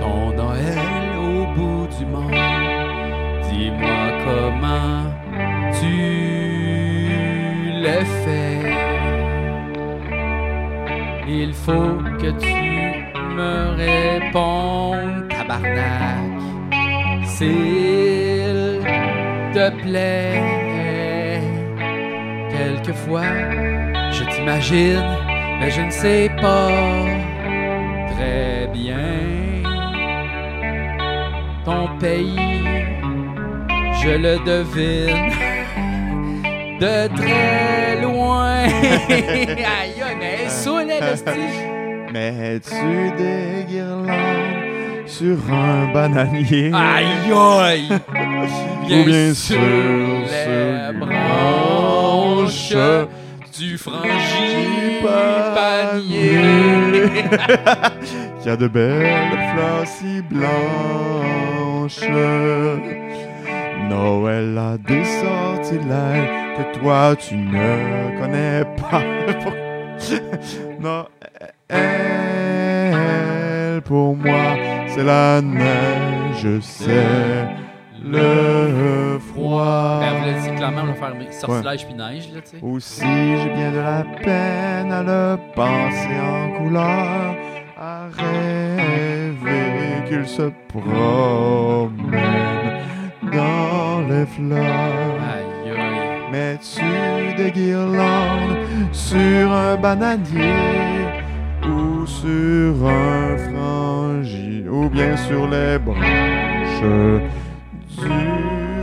Ton Noël au bout du monde, dis-moi comment tu le fais. Il faut que tu me répondes tabarnak. S'il te plaît, quelquefois je t'imagine, mais je ne sais pas très bien ton pays. Je le devine de très loin. aïe, aïe, mais elle saoule, elle, hostie. Mets-tu des guirlandes sur un bananier? Ah, Aïe aïe! Ou bien sûr sur les une branches du frangipanier. panier. Il y a de belles fleurs si blanches. Noël a des sortilèges que toi tu ne connais pas. Pour- Noël pour moi c'est la neige, je sais le froid. Ben, vous l'avez dit, clairement, on va faire mes sortilèges puis neige, là, tu sais. Aussi, j'ai bien de la peine à le penser en couleur, à rêver qu'il se promène dans les Ah, fleurs. Aïe aïe. Mets-tu des guirlandes sur un bananier ou sur un frangi ou bien sur les branches du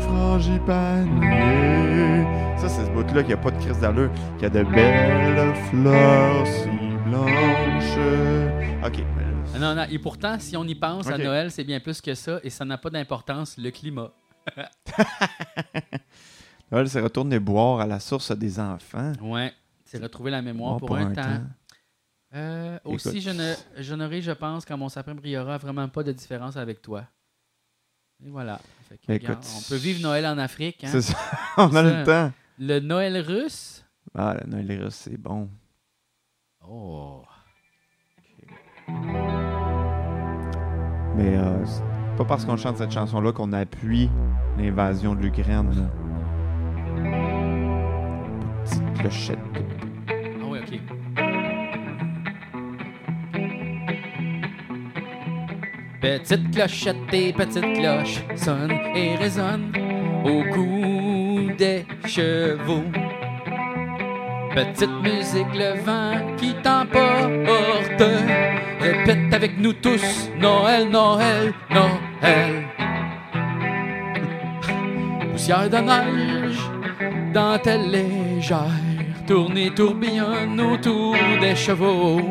frangipanier? Ça, c'est ce bout-là qui a pas de crise d'allure, qui a de belles fleurs si blanches. Ok. mais là, Ah, Non, non, et pourtant, si on y pense, à Ok. Noël, c'est bien plus que ça, et ça n'a pas d'importance, le climat. Noël s'est retourné boire à la source des enfants. Ouais, c'est retrouver la mémoire Boire pour, un, temps. Euh, aussi, Écoute. je ne- je n'aurai, je pense, quand mon sapin brillera, vraiment pas de différence avec toi. Et voilà. Fait que, Ben, regarde, écoute, on peut vivre Noël en Afrique. hein. C'est ça. On a Ça- le temps. Le Noël russe. Ah, le Noël des Russes, c'est bon. Oh. Mais euh, c'est pas parce qu'on chante cette chanson-là qu'on appuie l'invasion de l'Ukraine. là. Petite clochette. Ah oui, ok. Petite clochette et petite cloche sonnent et résonnent au cou des chevaux. Petite musique, le vent qui t'emporte. Répète avec nous tous Noël, Noël, Noël. Poussière de neige, dentelle légère, tournée tourbillonne autour des chevaux.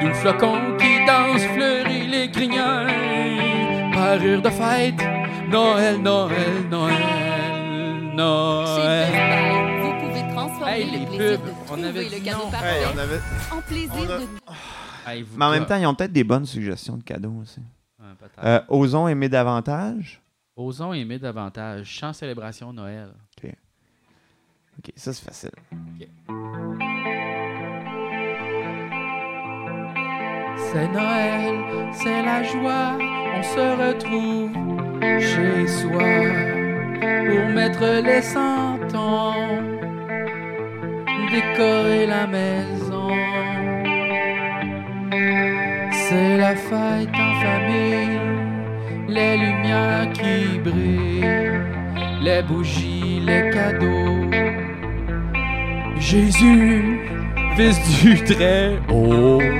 D'où le flocon qui danse, fleurit les grignons. Parure de fête, Noël, Noël, Noël, Chez Noël. Best Buy, vous pouvez transformer Hey, les le plaisir pubs, de on trouver avait dit le cadeau non. parfait avait... en plaisir on a- de Hey, vous Mais en même trois. temps, ils ont peut-être des bonnes suggestions de cadeaux aussi. Ouais, peut-être. Euh, osons aimer davantage. Osons aimer davantage. Chant célébration Noël. Ok, ça c'est facile. C'est Noël, c'est la joie, on se retrouve chez soi pour mettre les sentons, décorer la maison. C'est la fête en famille, les lumières qui brillent, les bougies, les cadeaux. Jésus, fils du très haut.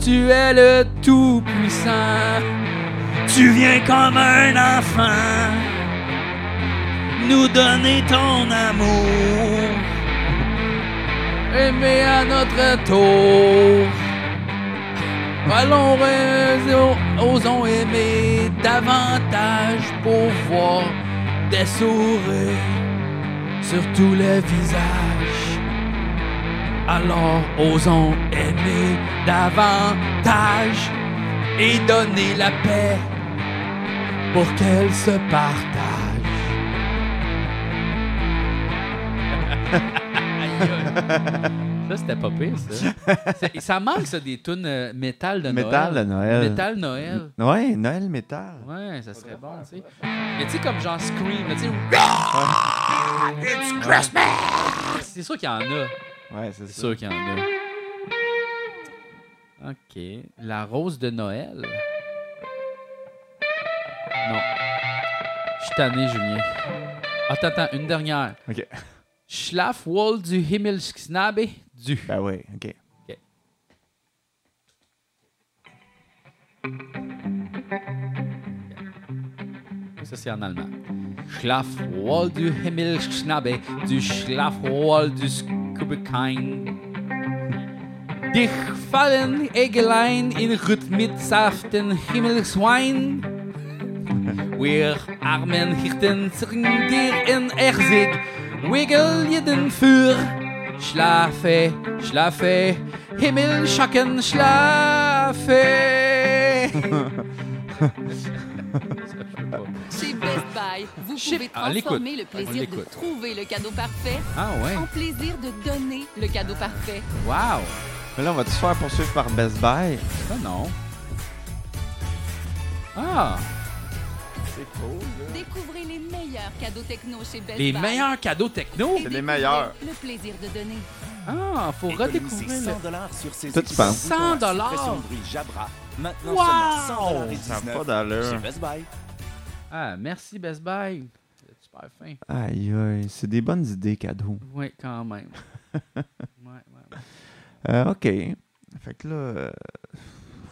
Tu es le tout-puissant. Tu viens comme un enfant. Nous donner ton amour. Aimer à notre tour. Allons, raison- osons aimer davantage pour voir des sourires sur tous les visages. Alors osons aimer davantage et donner la paix pour qu'elle se partage. ça, c'était pas pire, ça. C'est- Ça manque, ça, des tunes euh, métal de Métal de Noël. Noël. Métal Noël. Ouais, Noël métal. Ouais, ça serait bon, tu sais. Mais tu sais, comme genre Scream, là, tu sais. It's Christmas! C'est sûr qu'il y en a. Ouais, c'est C'est ça. sûr qu'il y en a. OK. La rose de Noël. Non. Je suis tanné, Julien. Attends, attends, une dernière. OK. Schlafwohl du Himmelsnabe du. Ben oui, OK. Ça, c'est en allemand. Schlafwohl du Himmelsnabe du Schlafwohl du Skubbekein. Dich fallen Egelein in rhythmitsaften Himmelswein. Wir armen Hirten zerren dir in Erzig. Wiggle jeden für. Schlafe, schlafe, Himmelschacken, schlafe. Chez Best Buy, vous Chez- pouvez Ah, on l'écoute. transformer le On plaisir de l'écoute. trouver le cadeau parfait ah ouais, en plaisir de donner le cadeau parfait. wow. Mais là, on va tout se faire poursuivre par Best Buy. Ça, non. Ah, C'est cool. Découvrez les meilleurs cadeaux techno chez Best les Buy. meilleurs cadeaux techno. Et C'est les découvrez meilleurs. Le plaisir de donner. Ah, faut redécouvrir. Économisez 100 le- sur ces Toi, tu penses? 100 Suppression de bruit Jabra. Maintenant Wow! seulement 100 et Ça n'a 19 pas chez d'allure. Best Buy. Ah, merci Best Buy. C'est super fin. Aïe, aïe, c'est des bonnes idées, cadeaux. Oui, quand même. ouais, ouais, ouais. Euh, OK. Fait que là, euh,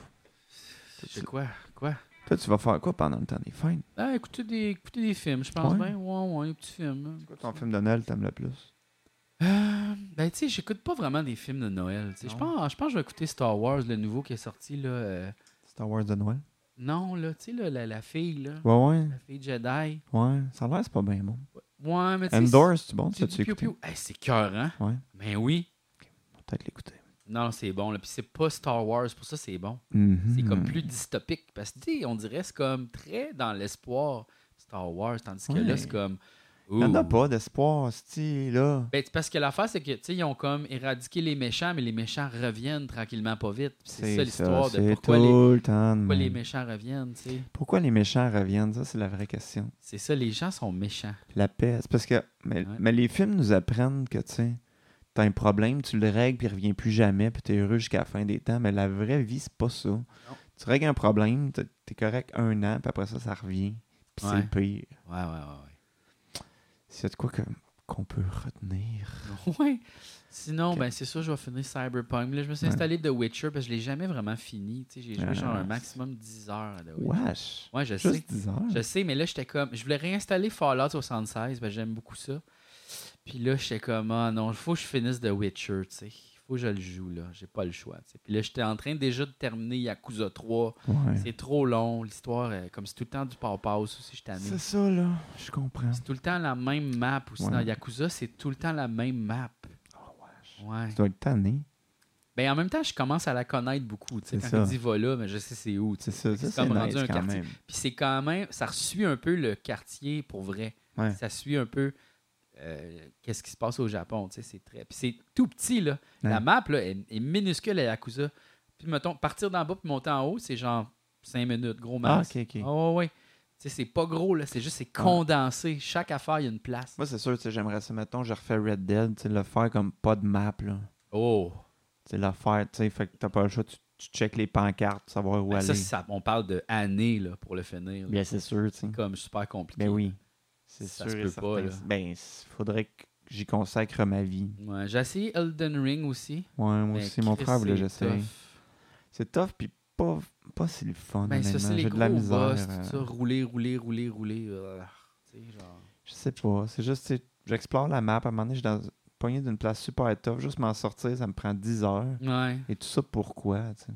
C'est quoi? Quoi? toi, tu vas faire quoi pendant le temps des fêtes? Ah, écoutez des, écoutez des films, je pense Ouais. bien. Ouais, ouais, des petits films. hein. Quoi, ton film de Noël t'aimes le plus? Euh, ben, tu sais, j'écoute pas vraiment des films de Noël. tu sais. Je Non. pense, je pense que je vais écouter Star Wars, le nouveau qui est sorti, là. euh, Star Wars de Noël? Non, là, tu sais, là, la, la fille, là. Ouais, ouais, La fille Jedi. ouais. Ça a l'air, c'est pas bien bon. Ouais, mais tu sais... Endor, c'est bon? c'est- Ça, du tu écouté? piou-piou. Hey, c'est cœur, hein? Ouais, Ben oui. on va hein? peut-être l'écouter. Non, c'est bon, là. Puis c'est pas Star Wars, pour ça, c'est bon. Mhm. C'est comme plus dystopique. Parce que, tu sais, on dirait c'est comme très dans l'espoir, Star Wars, tandis que Ouais. là, c'est comme. Il n'y en a ouh. pas d'espoir, style là. Ben, c'est parce que l'affaire, c'est que, tu sais, ils ont comme éradiqué les méchants, mais les méchants reviennent tranquillement pas vite. Puis C'est ça l'histoire de c'est pourquoi, tout les, le temps de pourquoi les même. méchants reviennent, tu sais. Pourquoi les méchants reviennent? Ça, c'est la vraie question. C'est ça, les gens sont méchants. La paix. C'est parce que. Mais, Ouais. mais les films nous apprennent que, tu sais, t'as un problème, tu le règles, puis il revient plus jamais, puis t'es heureux jusqu'à la fin des temps. Mais la vraie vie, c'est pas ça. Tu règles un problème, t'es t'es correct un an, puis après ça, ça revient. Puis c'est Ouais. le pire. Ouais, ouais, ouais. S'il y a de quoi que- qu'on peut retenir. ouais. Ouais. Sinon, Ok. ben, c'est ça, je vais finir Cyberpunk. Là, je me suis Ouais. installé The Witcher parce que je l'ai jamais vraiment fini. Tu sais, j'ai joué Ah, genre un c'est- maximum 10 heures à The Witcher. Wesh! Ouais, je sais. Juste 10 heures. Je sais, mais là, j'étais comme. Je voulais réinstaller Fallout 76, parce que j'aime beaucoup ça. Puis là, j'étais comme, ah non, faut que je finisse The Witcher, tu sais. Faut que je le joue, là. J'ai pas le choix, tu sais. Puis là, j'étais en train déjà de terminer Yakuza 3. Ouais. C'est trop long. L'histoire, euh, comme c'est tout le temps du passe-passe aussi, je t'année. C'est ça, là. Je comprends. C'est tout le temps la même map aussi. Ouais. Ah, Dans Yakuza, c'est tout le temps la même map. Ouais. Tu dois être tanné. Ben, en même temps, je commence à la connaître beaucoup. Tu sais, C'est quand ça. il dit va là, mais je sais c'est où. tu sais. C'est ça, Fait que ça c'est c'est comme rendu nice un quand quartier. même. Puis c'est quand même, ça suit un peu le quartier pour vrai. Ouais. Ça suit un peu euh, qu'est-ce qui se passe au Japon. tu sais, C'est très. Puis c'est tout petit, là. La Ouais. map là, est, est minuscule à Yakuza. Puis mettons, partir d'en bas puis monter en haut, c'est genre 5 minutes, gros Ah, max. ok, ok. Ah, ouais, ouais. Tu sais, c'est pas gros, là. C'est juste, c'est condensé. Chaque affaire, il y a une place. Moi, c'est sûr, tu sais, j'aimerais ça, mettons, je refais Red Dead, tu sais, le faire comme pas de map, là. Oh! Tu sais, le faire, tu sais, fait que t'as pas le choix, tu, tu checkes les pancartes, savoir où Ben, aller. ça, ça- on parle de années, là, pour le finir. là. Bien, c'est sûr, tu sais. C'est comme super compliqué. Ben oui. C'est Ça sûr se et peut certain. pas, là. Ben, s- faudrait que j'y consacre ma vie. Ouais, j'ai essayé Elden Ring aussi. Ouais, moi Ben, aussi, mon Chris, frère voulait c'est que j'essaye. tough. C'est tough, puis pas, pas si le fun, Ben, ça, honnêtement. c'est les J'ai gros de la misère. boss, tout euh, ça, rouler, rouler, rouler, rouler. euh, tu sais, genre. Je sais pas. C'est juste, tu sais, j'explore la map. À un moment donné, je suis dans pogné d'une place super tough. Juste m'en sortir, ça me prend 10 heures. Ouais. Et tout ça, pourquoi, tu sais.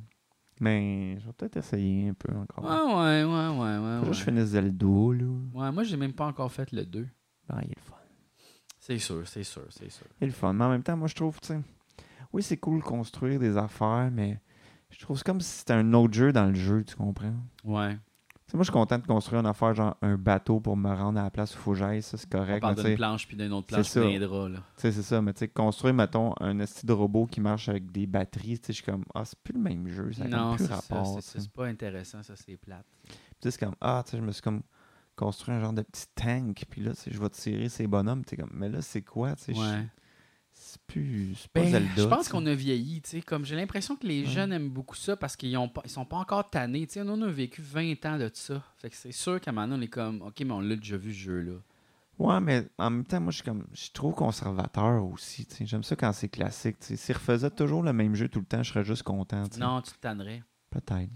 Mais je vais peut-être essayer un peu encore. Ouais, ouais, ouais, ouais, ouais. Faut Ah, ouais. juste que je finisse Zelda, là. Ouais, moi, j'ai même pas encore fait le 2. Ben, il est le fun. C'est sûr, c'est sûr, c'est sûr. Il est le fun. Mais en même temps, moi, je trouve, tu sais, oui, c'est cool de construire des affaires, mais je trouve c'est comme si c'était un autre jeu dans le jeu, tu comprends? Ouais. Tu sais, moi, je suis content de construire une affaire, genre un bateau pour me rendre à la place où faut que j'aille, ça, c'est On correct. parle mais tu sais- d'une planche puis d'une autre c'est planche puis ça. d'un drap, là. Tu sais, c'est ça, mais tu sais, construire, mettons, un esti de robot qui marche avec des batteries, tu sais, je suis comme, ah, c'est plus le même jeu, ça n'a non, plus c'est ça. rapport. c'est- tu sais. C'est pas intéressant, ça, c'est plate. Puis tu sais, c'est comme, ah, tu sais, je me suis comme construit un genre de petit tank, puis là, tu sais, je vais tirer ces bonhommes, tu sais, comme, mais là, c'est quoi, tu sais, je- Ouais. C'est plus. C'est pas Ben, Zelda. je pense ça. qu'on a vieilli, tu sais, comme j'ai l'impression que les Ouais. jeunes aiment beaucoup ça parce qu'ils ont pas- ils sont pas encore tannés, tu sais, nous on a vécu 20 ans de ça. Fait que c'est sûr qu'à un moment donné, on est comme OK, mais on l'a déjà vu ce jeu là. Ouais, mais en même temps, moi, je suis comme. Je suis trop conservateur aussi. tu sais. J'aime ça quand c'est classique. tu sais. S'ils refaisaient toujours le même jeu tout le temps, je serais juste content. tu sais. Non, tu te tannerais. Peut-être.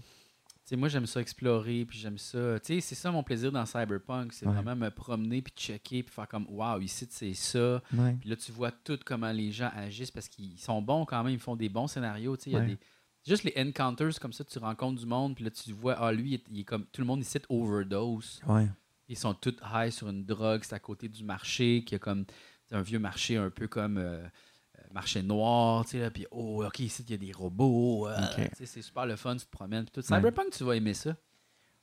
Tu sais, moi j'aime ça explorer, puis j'aime ça, tu sais, c'est ça mon plaisir dans Cyberpunk, c'est Ouais. vraiment me promener puis checker puis faire comme waouh, ici c'est ça. Ouais. Puis là tu vois tout comment les gens agissent parce qu'ils sont bons quand même, ils font des bons scénarios, tu sais, il y a Ouais. des Juste les encounters, comme ça, tu rencontres du monde, puis là, tu vois, ah, lui, il est, il est comme. Tout le monde ici overdose. Ouais. Ils sont tous high sur une drogue, c'est à côté du marché, qui a comme c'est un vieux marché un peu comme euh, euh, marché noir, tu sais, là, puis oh, ok, ici, il y a des robots, euh, Ok. tu sais, c'est super le fun, tu te promènes, puis tout. Ouais. Cyberpunk, tu vas aimer ça.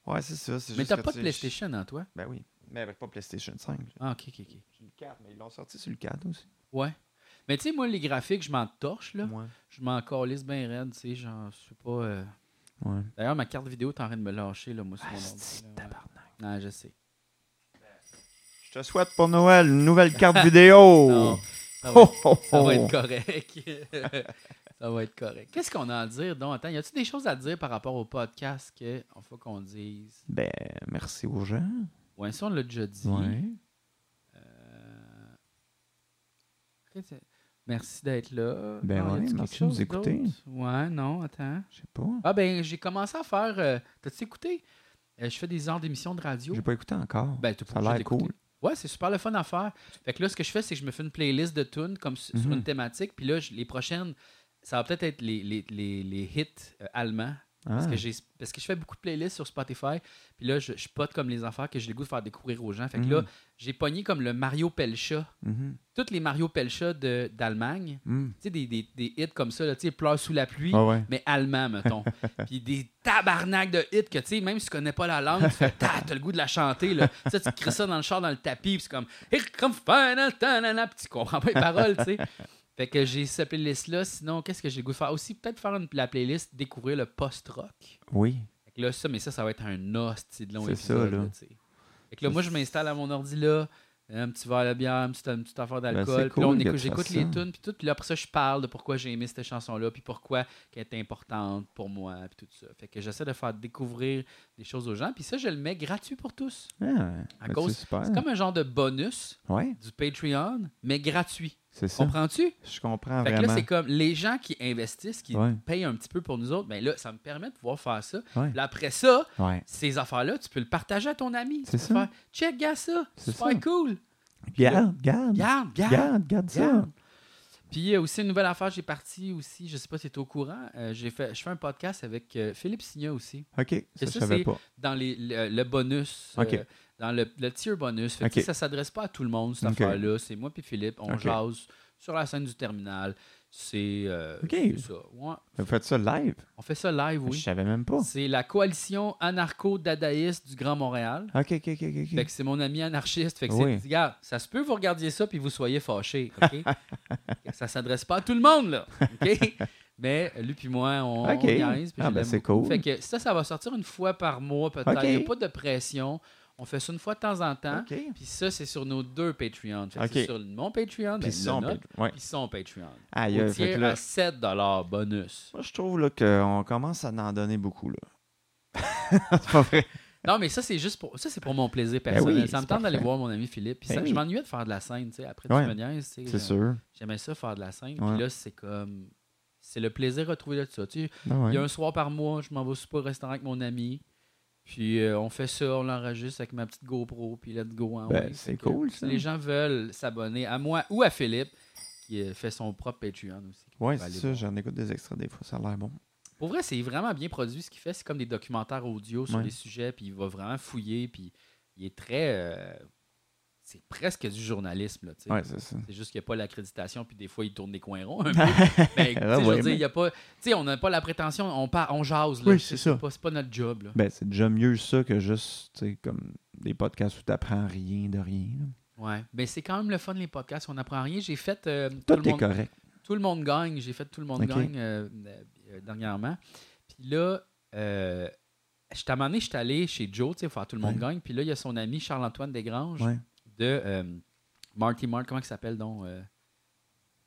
Ouais, c'est ça. c'est Mais juste t'as que, pas tu de sais, PlayStation en toi? je- Ben oui. Mais avec pas PlayStation 5. là. Ah, ok, ok, ok. Sur le 4, mais ils l'ont sorti sur le 4 aussi. Ouais. Mais tu sais, moi, les graphiques, je m'en torche, là. Ouais. Je m'en calisse bien raide, tu sais, genre, je sais pas... euh, Ouais. D'ailleurs, ma carte vidéo, t'es en train de me lâcher, là, moi, sur mon ordi, Asti, là, ouais. tabarnak. Ah, je sais. Je te souhaite pour Noël une nouvelle carte vidéo. Non, ça va Oh, oh, Ça oh. va être correct. ça va être correct. Qu'est-ce qu'on a à dire donc? Attends, y a-tu des choses à dire par rapport au podcast qu'il faut qu'on dise? Ben, merci aux gens. Ouais, ça, on l'a déjà dit. Ouais. Euh, qu'est-ce que- Merci d'être là. Ben Non, ouais, y a-tu merci quelque de nous chose écouter. d'autre? Ouais, non, attends. Je sais pas. Ah ben, j'ai commencé à faire... euh, T'as-tu écouté? Euh, je fais des heures d'émission de radio. J'ai pas écouté encore. Ben, t'es pas Ça a obligé l'air d'écouter. cool. Ouais, c'est super le fun à faire. Fait que là, ce que je fais, c'est que je me fais une playlist de tunes comme su- sur Mhm. une thématique. Puis là, je- les prochaines, ça va peut-être être les, les, les, les hits euh, allemands. Parce, Ah. que j'ai, parce que je fais beaucoup de playlists sur Spotify. Puis là, je, je pote comme les affaires que j'ai le goût de faire découvrir aux gens. Fait que là, Mhm. j'ai pogné comme le Mario Pelcha. Mhm. Toutes les Mario Pelcha de, d'Allemagne. Mhm. Tu sais, des, des, des hits comme ça, là, tu sais, Pleure sous la pluie Ah ouais. mais allemand, mettons. Puis des tabarnaks de hits que, tu sais, même si tu connais pas la langue, tu fais, Ta, t'as le goût de la chanter, là. Tu sais, tu cries ça dans le char, dans le tapis, puis c'est comme, Here comes final, tanana, puis tu comprends pas les paroles, tu sais. Fait que j'ai cette playlist-là. Sinon, qu'est-ce que j'ai le goût de faire? Aussi, peut-être faire une, la playlist découvrir le post-rock. Oui. Fait que là, ça, mais ça, ça va être un hostie de long C'est ça, épisode, là. là, tu sais. Fait que là, moi, je m'installe à mon ordi, là. Un petit verre de bière, une petite, une petite affaire d'alcool. Ben, c'est puis là, on cool que écoute- tu j'écoute fasses les ça. tunes, puis tout. Puis là, après ça, je parle de pourquoi j'ai aimé cette chanson-là, puis pourquoi elle est importante pour moi, puis tout ça. Fait que j'essaie de faire découvrir des choses aux gens. Puis ça, je le mets gratuit pour tous. Ah, À ben, cause- c'est super. C'est comme un genre de bonus Ouais, du Patreon, mais gratuit. c'est ça. Comprends-tu? Je comprends Fait que là, vraiment. c'est comme les gens qui investissent, qui Ouais. payent un petit peu pour nous autres, ben là, ça me permet de pouvoir faire ça. Ouais. Puis là, après ça, Ouais. ces affaires-là, tu peux le partager à ton ami. Tu C'est peux ça. faire check, gars, ça. C'est Super ça. cool. Garde, garde. Garde, garde. Garde, garde ça. garde. Puis il y a aussi une nouvelle affaire, j'ai parti aussi, je sais pas si tu es au courant, euh, j'ai fait, je fais un podcast avec euh, Philippe Signa aussi, OK, ça, ça, je c'est- savais pas. dans les, le, le bonus, euh, Ok. dans le, le tier bonus. Fait que, Ok. tu sais, Ça s'adresse pas à tout le monde, cette Ok. affaire-là. C'est moi puis Philippe, on Ok. jase sur la scène du terminal. C'est euh, Ok. c'est ça. Ouais. Vous faites ça live? On fait ça live, Je oui. savais même pas. OK, C'est la coalition anarcho-dadaïste du Grand Montréal. OK, OK, OK. Fait que c'est mon ami anarchiste. Fait que Oui. c'est, regarde, ça se peut que vous regardiez ça puis vous soyez fâchés, OK? ça s'adresse pas à tout le monde, là, OK? Mais lui puis moi, on, OK. on niaise, puis Ah, je ben, l'aime c'est beaucoup. cool. Fait que ça, ça va sortir une fois par mois, peut-être. OK. Il n'y a pas de pression. On fait ça une fois de temps en temps. OK. Puis ça, c'est sur nos deux Patreons. Fait que OK. c'est sur mon Patreon, ben, Puis le son nôtre, Patreon, ouais. puis son Patreon. Aïe, Au aïe, fait tiers que là, à 7 bonus. moi, je trouve là, qu'on commence à en donner beaucoup. Là. c'est pas vrai. Non, mais ça, c'est juste pour. Ça, c'est pour mon plaisir Ben personnel. oui, ça me c'est tente d'aller parfait. voir mon ami Philippe. Puis Ben ça, oui. je m'ennuyais de faire de la scène, tu sais. Après, Ouais. tu me niaises, tu sais. C'est euh, sûr. J'aimais ça faire de la scène. Ouais. Puis là, c'est comme. C'est le plaisir retrouvé de ça. Tu sais, Ah ouais. Il y a un soir par mois, je m'en vais super au restaurant avec mon ami. Puis euh, on fait ça, on l'enregistre avec ma petite GoPro. Puis let's go. hein, Ben, ouais. c'est Fait que cool, si ça. les gens veulent s'abonner à moi ou à Philippe, qui euh, fait son propre Patreon aussi. qu'ils Ouais, peuvent c'est aller ça. voir. J'en écoute des extraits des fois. Ça a l'air bon. Pour vrai, c'est vraiment bien produit ce qu'il fait. C'est comme des documentaires audio sur Ouais. des sujets, puis il va vraiment fouiller, puis il est très. euh, c'est presque du journalisme, là, tu sais. Ouais, c'est ça. C'est juste qu'il n'y a pas l'accréditation, puis des fois, il tourne des coins ronds un peu. Mais, tu sais, Ah je veux ouais, dire, mais- il y a pas. Tu sais, on n'a pas la prétention, on, par- on jase, là. Oui, c'est ça. pas, c'est pas notre job, là. Ben, c'est déjà mieux ça que juste, tu sais, comme des podcasts où t'apprends rien de rien. là. Ouais. Mais c'est quand même le fun, les podcasts, on n'apprend rien. J'ai fait. euh, tout, Tout le est monde, correct. tout le monde gagne. J'ai fait Tout le monde Ok. gagne euh, euh, euh, dernièrement. Puis là, euh, j'étais à un moment donné, j'étais allé chez Joe, tu sais, faire Tout le monde Ouais. gagne. Puis là, il y a son ami Charles-Antoine Desgranges Ouais. de euh, Marty Mark. Comment il s'appelle donc euh,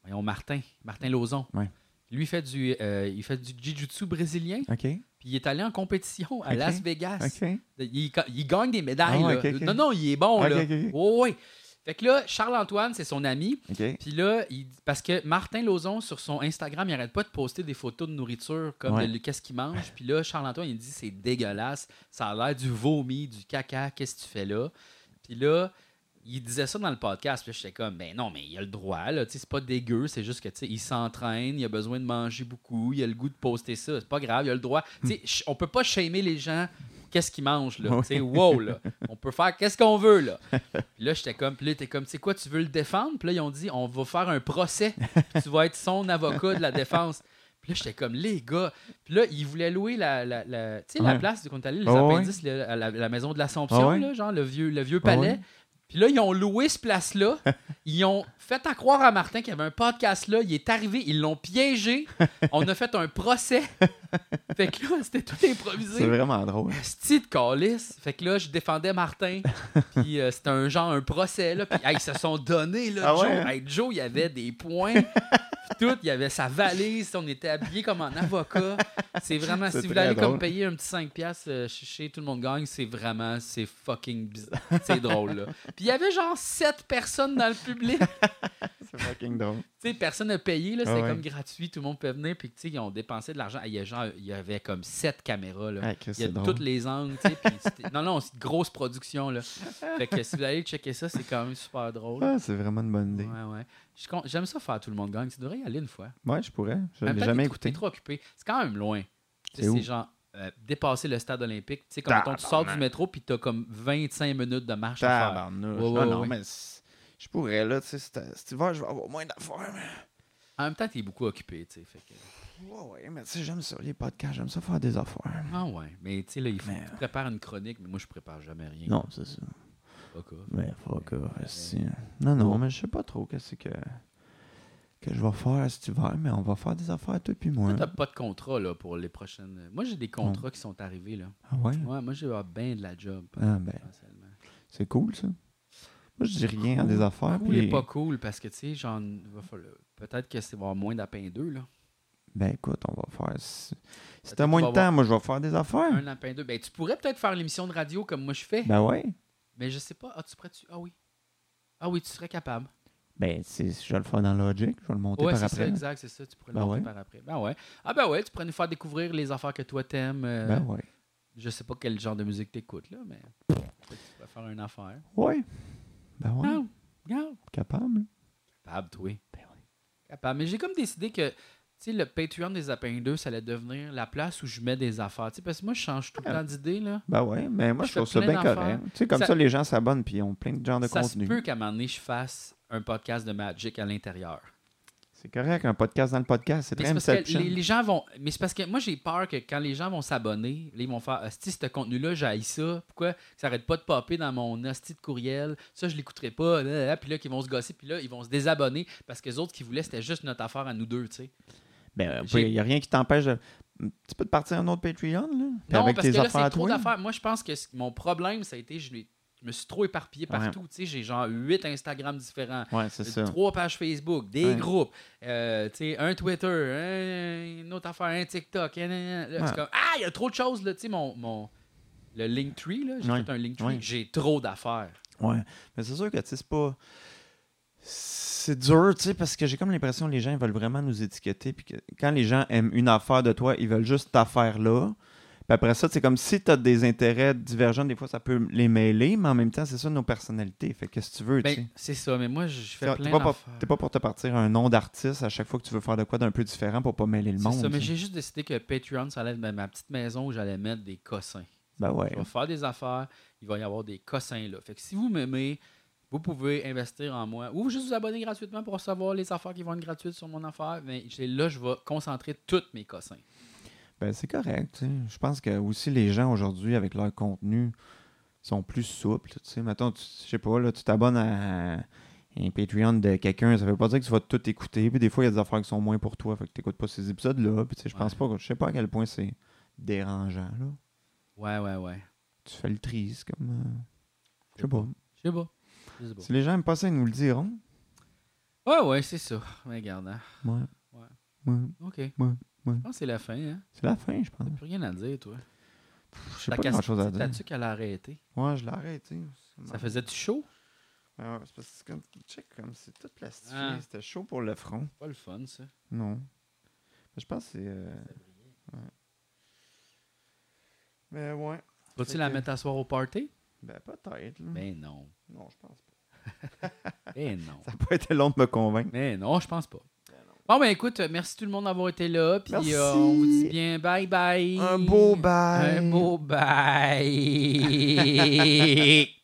voyons, Martin, Martin Lauzon. Ouais. Lui, fait du, euh, il fait du jiu-jitsu brésilien, OK. puis il est allé en compétition à Ok. Las Vegas. OK. Il, ca- il gagne des médailles. Ah, là. ok, ok. Non, non, il est bon. Ok, là. ok, ok. Oh, oui. Fait que là, Charles-Antoine, c'est son ami. OK. Puis là, il- parce que Martin Lauzon, sur son Instagram, il arrête pas de poster des photos de nourriture, comme Ouais. de lui, qu'est-ce qu'il mange. Puis là, Charles-Antoine, il dit c'est dégueulasse, ça a l'air du vomi, du caca, qu'est-ce que tu fais là Puis là, il disait ça dans le podcast. Puis là, j'étais comme ben non, mais il a le droit, là. Tu sais, c'est pas dégueu, c'est juste que, tu sais, il s'entraîne, il a besoin de manger beaucoup, il a le goût de poster ça. C'est pas grave, il a le droit. Tu sais, ch- on peut pas shamer les gens. Qu'est-ce qu'ils mangent, là? Ouais. Tu sais, wow, là. On peut faire qu'est-ce qu'on veut, là. Puis là, j'étais comme, puis là, t'es comme, tu sais quoi, tu veux le défendre? Puis là, ils ont dit, on va faire un procès. Puis tu vas être son avocat de la défense. Puis là, j'étais comme, les gars. Puis là, ils voulaient louer la, la, la- tu sais, la Ouais. place qu'on est allé, les Ah ouais. appendices, le- à la, la maison de l'Assomption, Ah ouais. là, genre le vieux, le vieux Ah palais. ouais. Puis là, ils ont loué ce place-là. Ils ont fait à croire à Martin qu'il y avait un podcast là. Il est arrivé, ils l'ont piégé. On a fait un procès. Fait que là, c'était tout improvisé. C'est vraiment drôle. Asti de calice. Fait que là, je défendais Martin. Puis euh, c'était un genre, un procès, là. Puis hey, ils se sont donnés, là, Ah Joe. ouais, hein? Hey, Joe, il avait des points. Puis tout, il avait sa valise. On était habillés comme en avocat. C'est vraiment, C'est si vous voulez très aller comme drôle. payer un petit 5$ piastres, euh, chez- chez Tout le monde gagne, c'est vraiment, c'est fucking bizarre. C'est drôle, là. Puis il y avait genre 7 personnes dans le public. C'est fucking drôle. Tu sais, personne n'a payé, là. C'était Ah ouais. comme gratuit, tout le monde peut venir. Puis, tu sais, ils ont dépensé de l'argent. Hey, Il y, a genre- il y avait comme 7 caméras, là. Ah, Chris, Il y a c'est drôle. toutes les angles, tu sais. puis c'était- non, non, c'est une grosse production, là. Fait que si vous allez checker ça, c'est quand même super drôle. Ah, c'est vraiment une bonne Ouais, idée. ouais. Je suis con- J'aime ça faire Tout le monde gagne. Tu devrais y aller une fois. Ouais, je pourrais. Je En même l'ai temps, jamais t'es trop- écouté. T'es trop occupé. C'est quand même loin. Tu sais, C'est où? C'est genre euh, dépasser le stade olympique. Tu sais, comme mettons, tu sors du métro, puis t'as comme 25 minutes de marche à faire. Tabarnouche. Ouais, ouais, Non, non, ouais. mais c'est- je pourrais, là, tu sais, c'est- cet hiver, je vais avoir moins d'affaires. mais- En même temps, t'es beaucoup occupé, tu sais. fait que- Ouais, ouais, mais tu sais, j'aime ça, les podcasts, j'aime ça faire des affaires. Ah ouais. Mais tu sais, là, il faut Mais- euh, que tu prépares une chronique, mais moi, je prépare jamais rien. Non, c'est ça. Pas grave. Mais fuck off, esti. Non, non, mais je sais pas trop qu'est-ce que, que je vais faire cet hiver, mais on va faire des affaires toi puis moi. Toi, T'as pas de contrat, là, pour les prochaines. Moi, j'ai des contrats qui sont arrivés, là. Ah ouais? Ouais, moi, j'ai bien de la job. Ah ben, potentiellement. c'est cool ça. Moi, je dis rien à des affaires. Ah, Cool et puis- pas cool parce que tu sais, genre, va falloir- peut-être que c'est va avoir moins d'apin deux là. Ben écoute, on va faire. Si si Peut-être t'as moins qu'on de va temps, moi, je vais faire des affaires. Un lapin deux. Ben tu pourrais peut-être faire l'émission de radio comme moi je fais, Ah. Ben ouais. mais je sais pas. Ah tu pourrais tu Ah oui. Ah oui, tu serais capable. Ben, c'est- je vais le faire dans Logic, je vais le monter ouais, par c'est ça, après. exact, c'est ça. Tu pourrais le Ben monter ouais. par après. Ben ouais. Ah ben ouais, tu pourrais nous faire découvrir les affaires que toi t'aimes. euh, Ben ouais. Je sais pas quel genre de musique t'écoutes là, mais peut-être que tu pourrais faire une affaire. Ouais. Ben ouais, Non, non. capable. Capable, toi. Ben Capable. Mais j'ai comme décidé que tu sais, le Patreon des Apins 2, ça allait devenir la place où je mets des affaires. Tu sais, parce que moi, je change tout le temps d'idée. là. Ben ouais, mais moi, Je je, fais trouve ça plein bien d'affaires. correct. Tu sais, comme Ça- ça, les gens s'abonnent puis ils ont plein de genres de ça contenu. se peut qu'à un moment donné, je fasse un podcast de Magic à l'intérieur. C'est correct, un podcast dans le podcast, c'est Mais très c'est parce que Inception. les, les gens vont. Mais c'est parce que moi, j'ai peur que quand les gens vont s'abonner, là, ils vont faire Hostie, ce contenu-là, j'haïs ça. Pourquoi ça arrête pas de popper dans mon hostie de courriel Ça, je l'écouterai pas. là, là, là. Puis là, qu'ils vont se gosser. Puis là, ils vont se désabonner parce que les autres qui voulaient, c'était juste notre affaire à nous deux, tu sais. Ben, J'ai- il n'y a rien qui t'empêche de. Tu peux te partir à un autre Patreon, là? Puis Non, avec parce tes que là, affaires c'est à trop toi. d'affaires. Moi, je pense que c- mon problème, ça a été, je, l'ai- je me suis trop éparpillé partout. Tu sais, j'ai genre huit Instagram différents, euh, Ouais, c'est ça. trois pages Facebook, des Ouais. groupes, euh, tu sais, un Twitter, un- une autre affaire, un TikTok. un- un- là, c'est Ouais. comme, ah, il y a trop de choses, là, tu sais, mon, mon- le Linktree, là, j'ai Ouais. fait un Linktree, Ouais. j'ai trop d'affaires. Ouais. Mais c'est sûr que, tu sais, c'est pas. C'est dur, tu sais, parce que j'ai comme l'impression que les gens ils veulent vraiment nous étiqueter. Puis que quand les gens aiment une affaire de toi, ils veulent juste ta affaire-là. Puis après ça, c'est comme si tu as des intérêts divergents, des fois ça peut les mêler, mais en même temps, c'est ça nos personnalités. Fait que si tu veux, tu sais. Ben, c'est ça, mais moi, je je fais T'es plein pas, pour- d'affaires. t'es pas pour te partir un nom d'artiste à chaque fois que tu veux faire de quoi d'un peu différent pour pas mêler le C'est monde. ça, mais tu sais. j'ai juste décidé que Patreon, ça allait être ma- ma petite maison où j'allais mettre des cossins. Ben ouais. Je vais faire des affaires. Il va y avoir des cossins là. Fait que si vous m'aimez, vous pouvez investir en moi ou juste vous abonner gratuitement pour recevoir les affaires qui vont être gratuites sur mon affaire. Mais j'ai- là, je vais concentrer toutes mes cossins. Ben, c'est correct. tu sais. Je pense que aussi les gens aujourd'hui, avec leur contenu, sont plus souples. Tu sais, mettons, tu- je sais pas, là, tu t'abonnes à un Patreon de quelqu'un, ça veut pas dire que tu vas tout écouter. Puis des fois, il y a des affaires qui sont moins pour toi, fait que t'écoutes pas ces épisodes-là. Puis tu sais, je pense pas, que- je sais pas à quel point c'est dérangeant. Là. Ouais, ouais, ouais. Tu fais le tri, c'est comme. euh, je sais pas. Je sais pas. Je sais pas. Si les gens aiment pas ça, ils nous le diront. Ouais, ouais, c'est ça. Regarde, hein. Ouais. Ouais. Ouais. OK. ouais. Je pense que c'est la fin, hein. C'est la fin, je pense. T'as plus rien à dire, toi. Je sais pas grand-chose à dire. T'as-tu qu'elle a arrêté? Ouais, je l'ai arrêté. Ça faisait-tu chaud? Ah, c'est parce que comme, check, comme c'est tout plastifié, Ah. c'était chaud pour le front. Pas le fun, ça. Non. Mais je pense que c'est. euh, ouais. Mais ouais. Vas-tu Fait la que- mettre à soir au party? Ben peut-être. là. Ben non. Non, je pense pas. Ben non. Ça n'a pas été long de me convaincre. Mais non, je pense pas. Bon, ben écoute, euh, merci tout le monde d'avoir été là. Puis Merci. euh, on vous dit bien bye bye. Un beau bail. Un beau bye.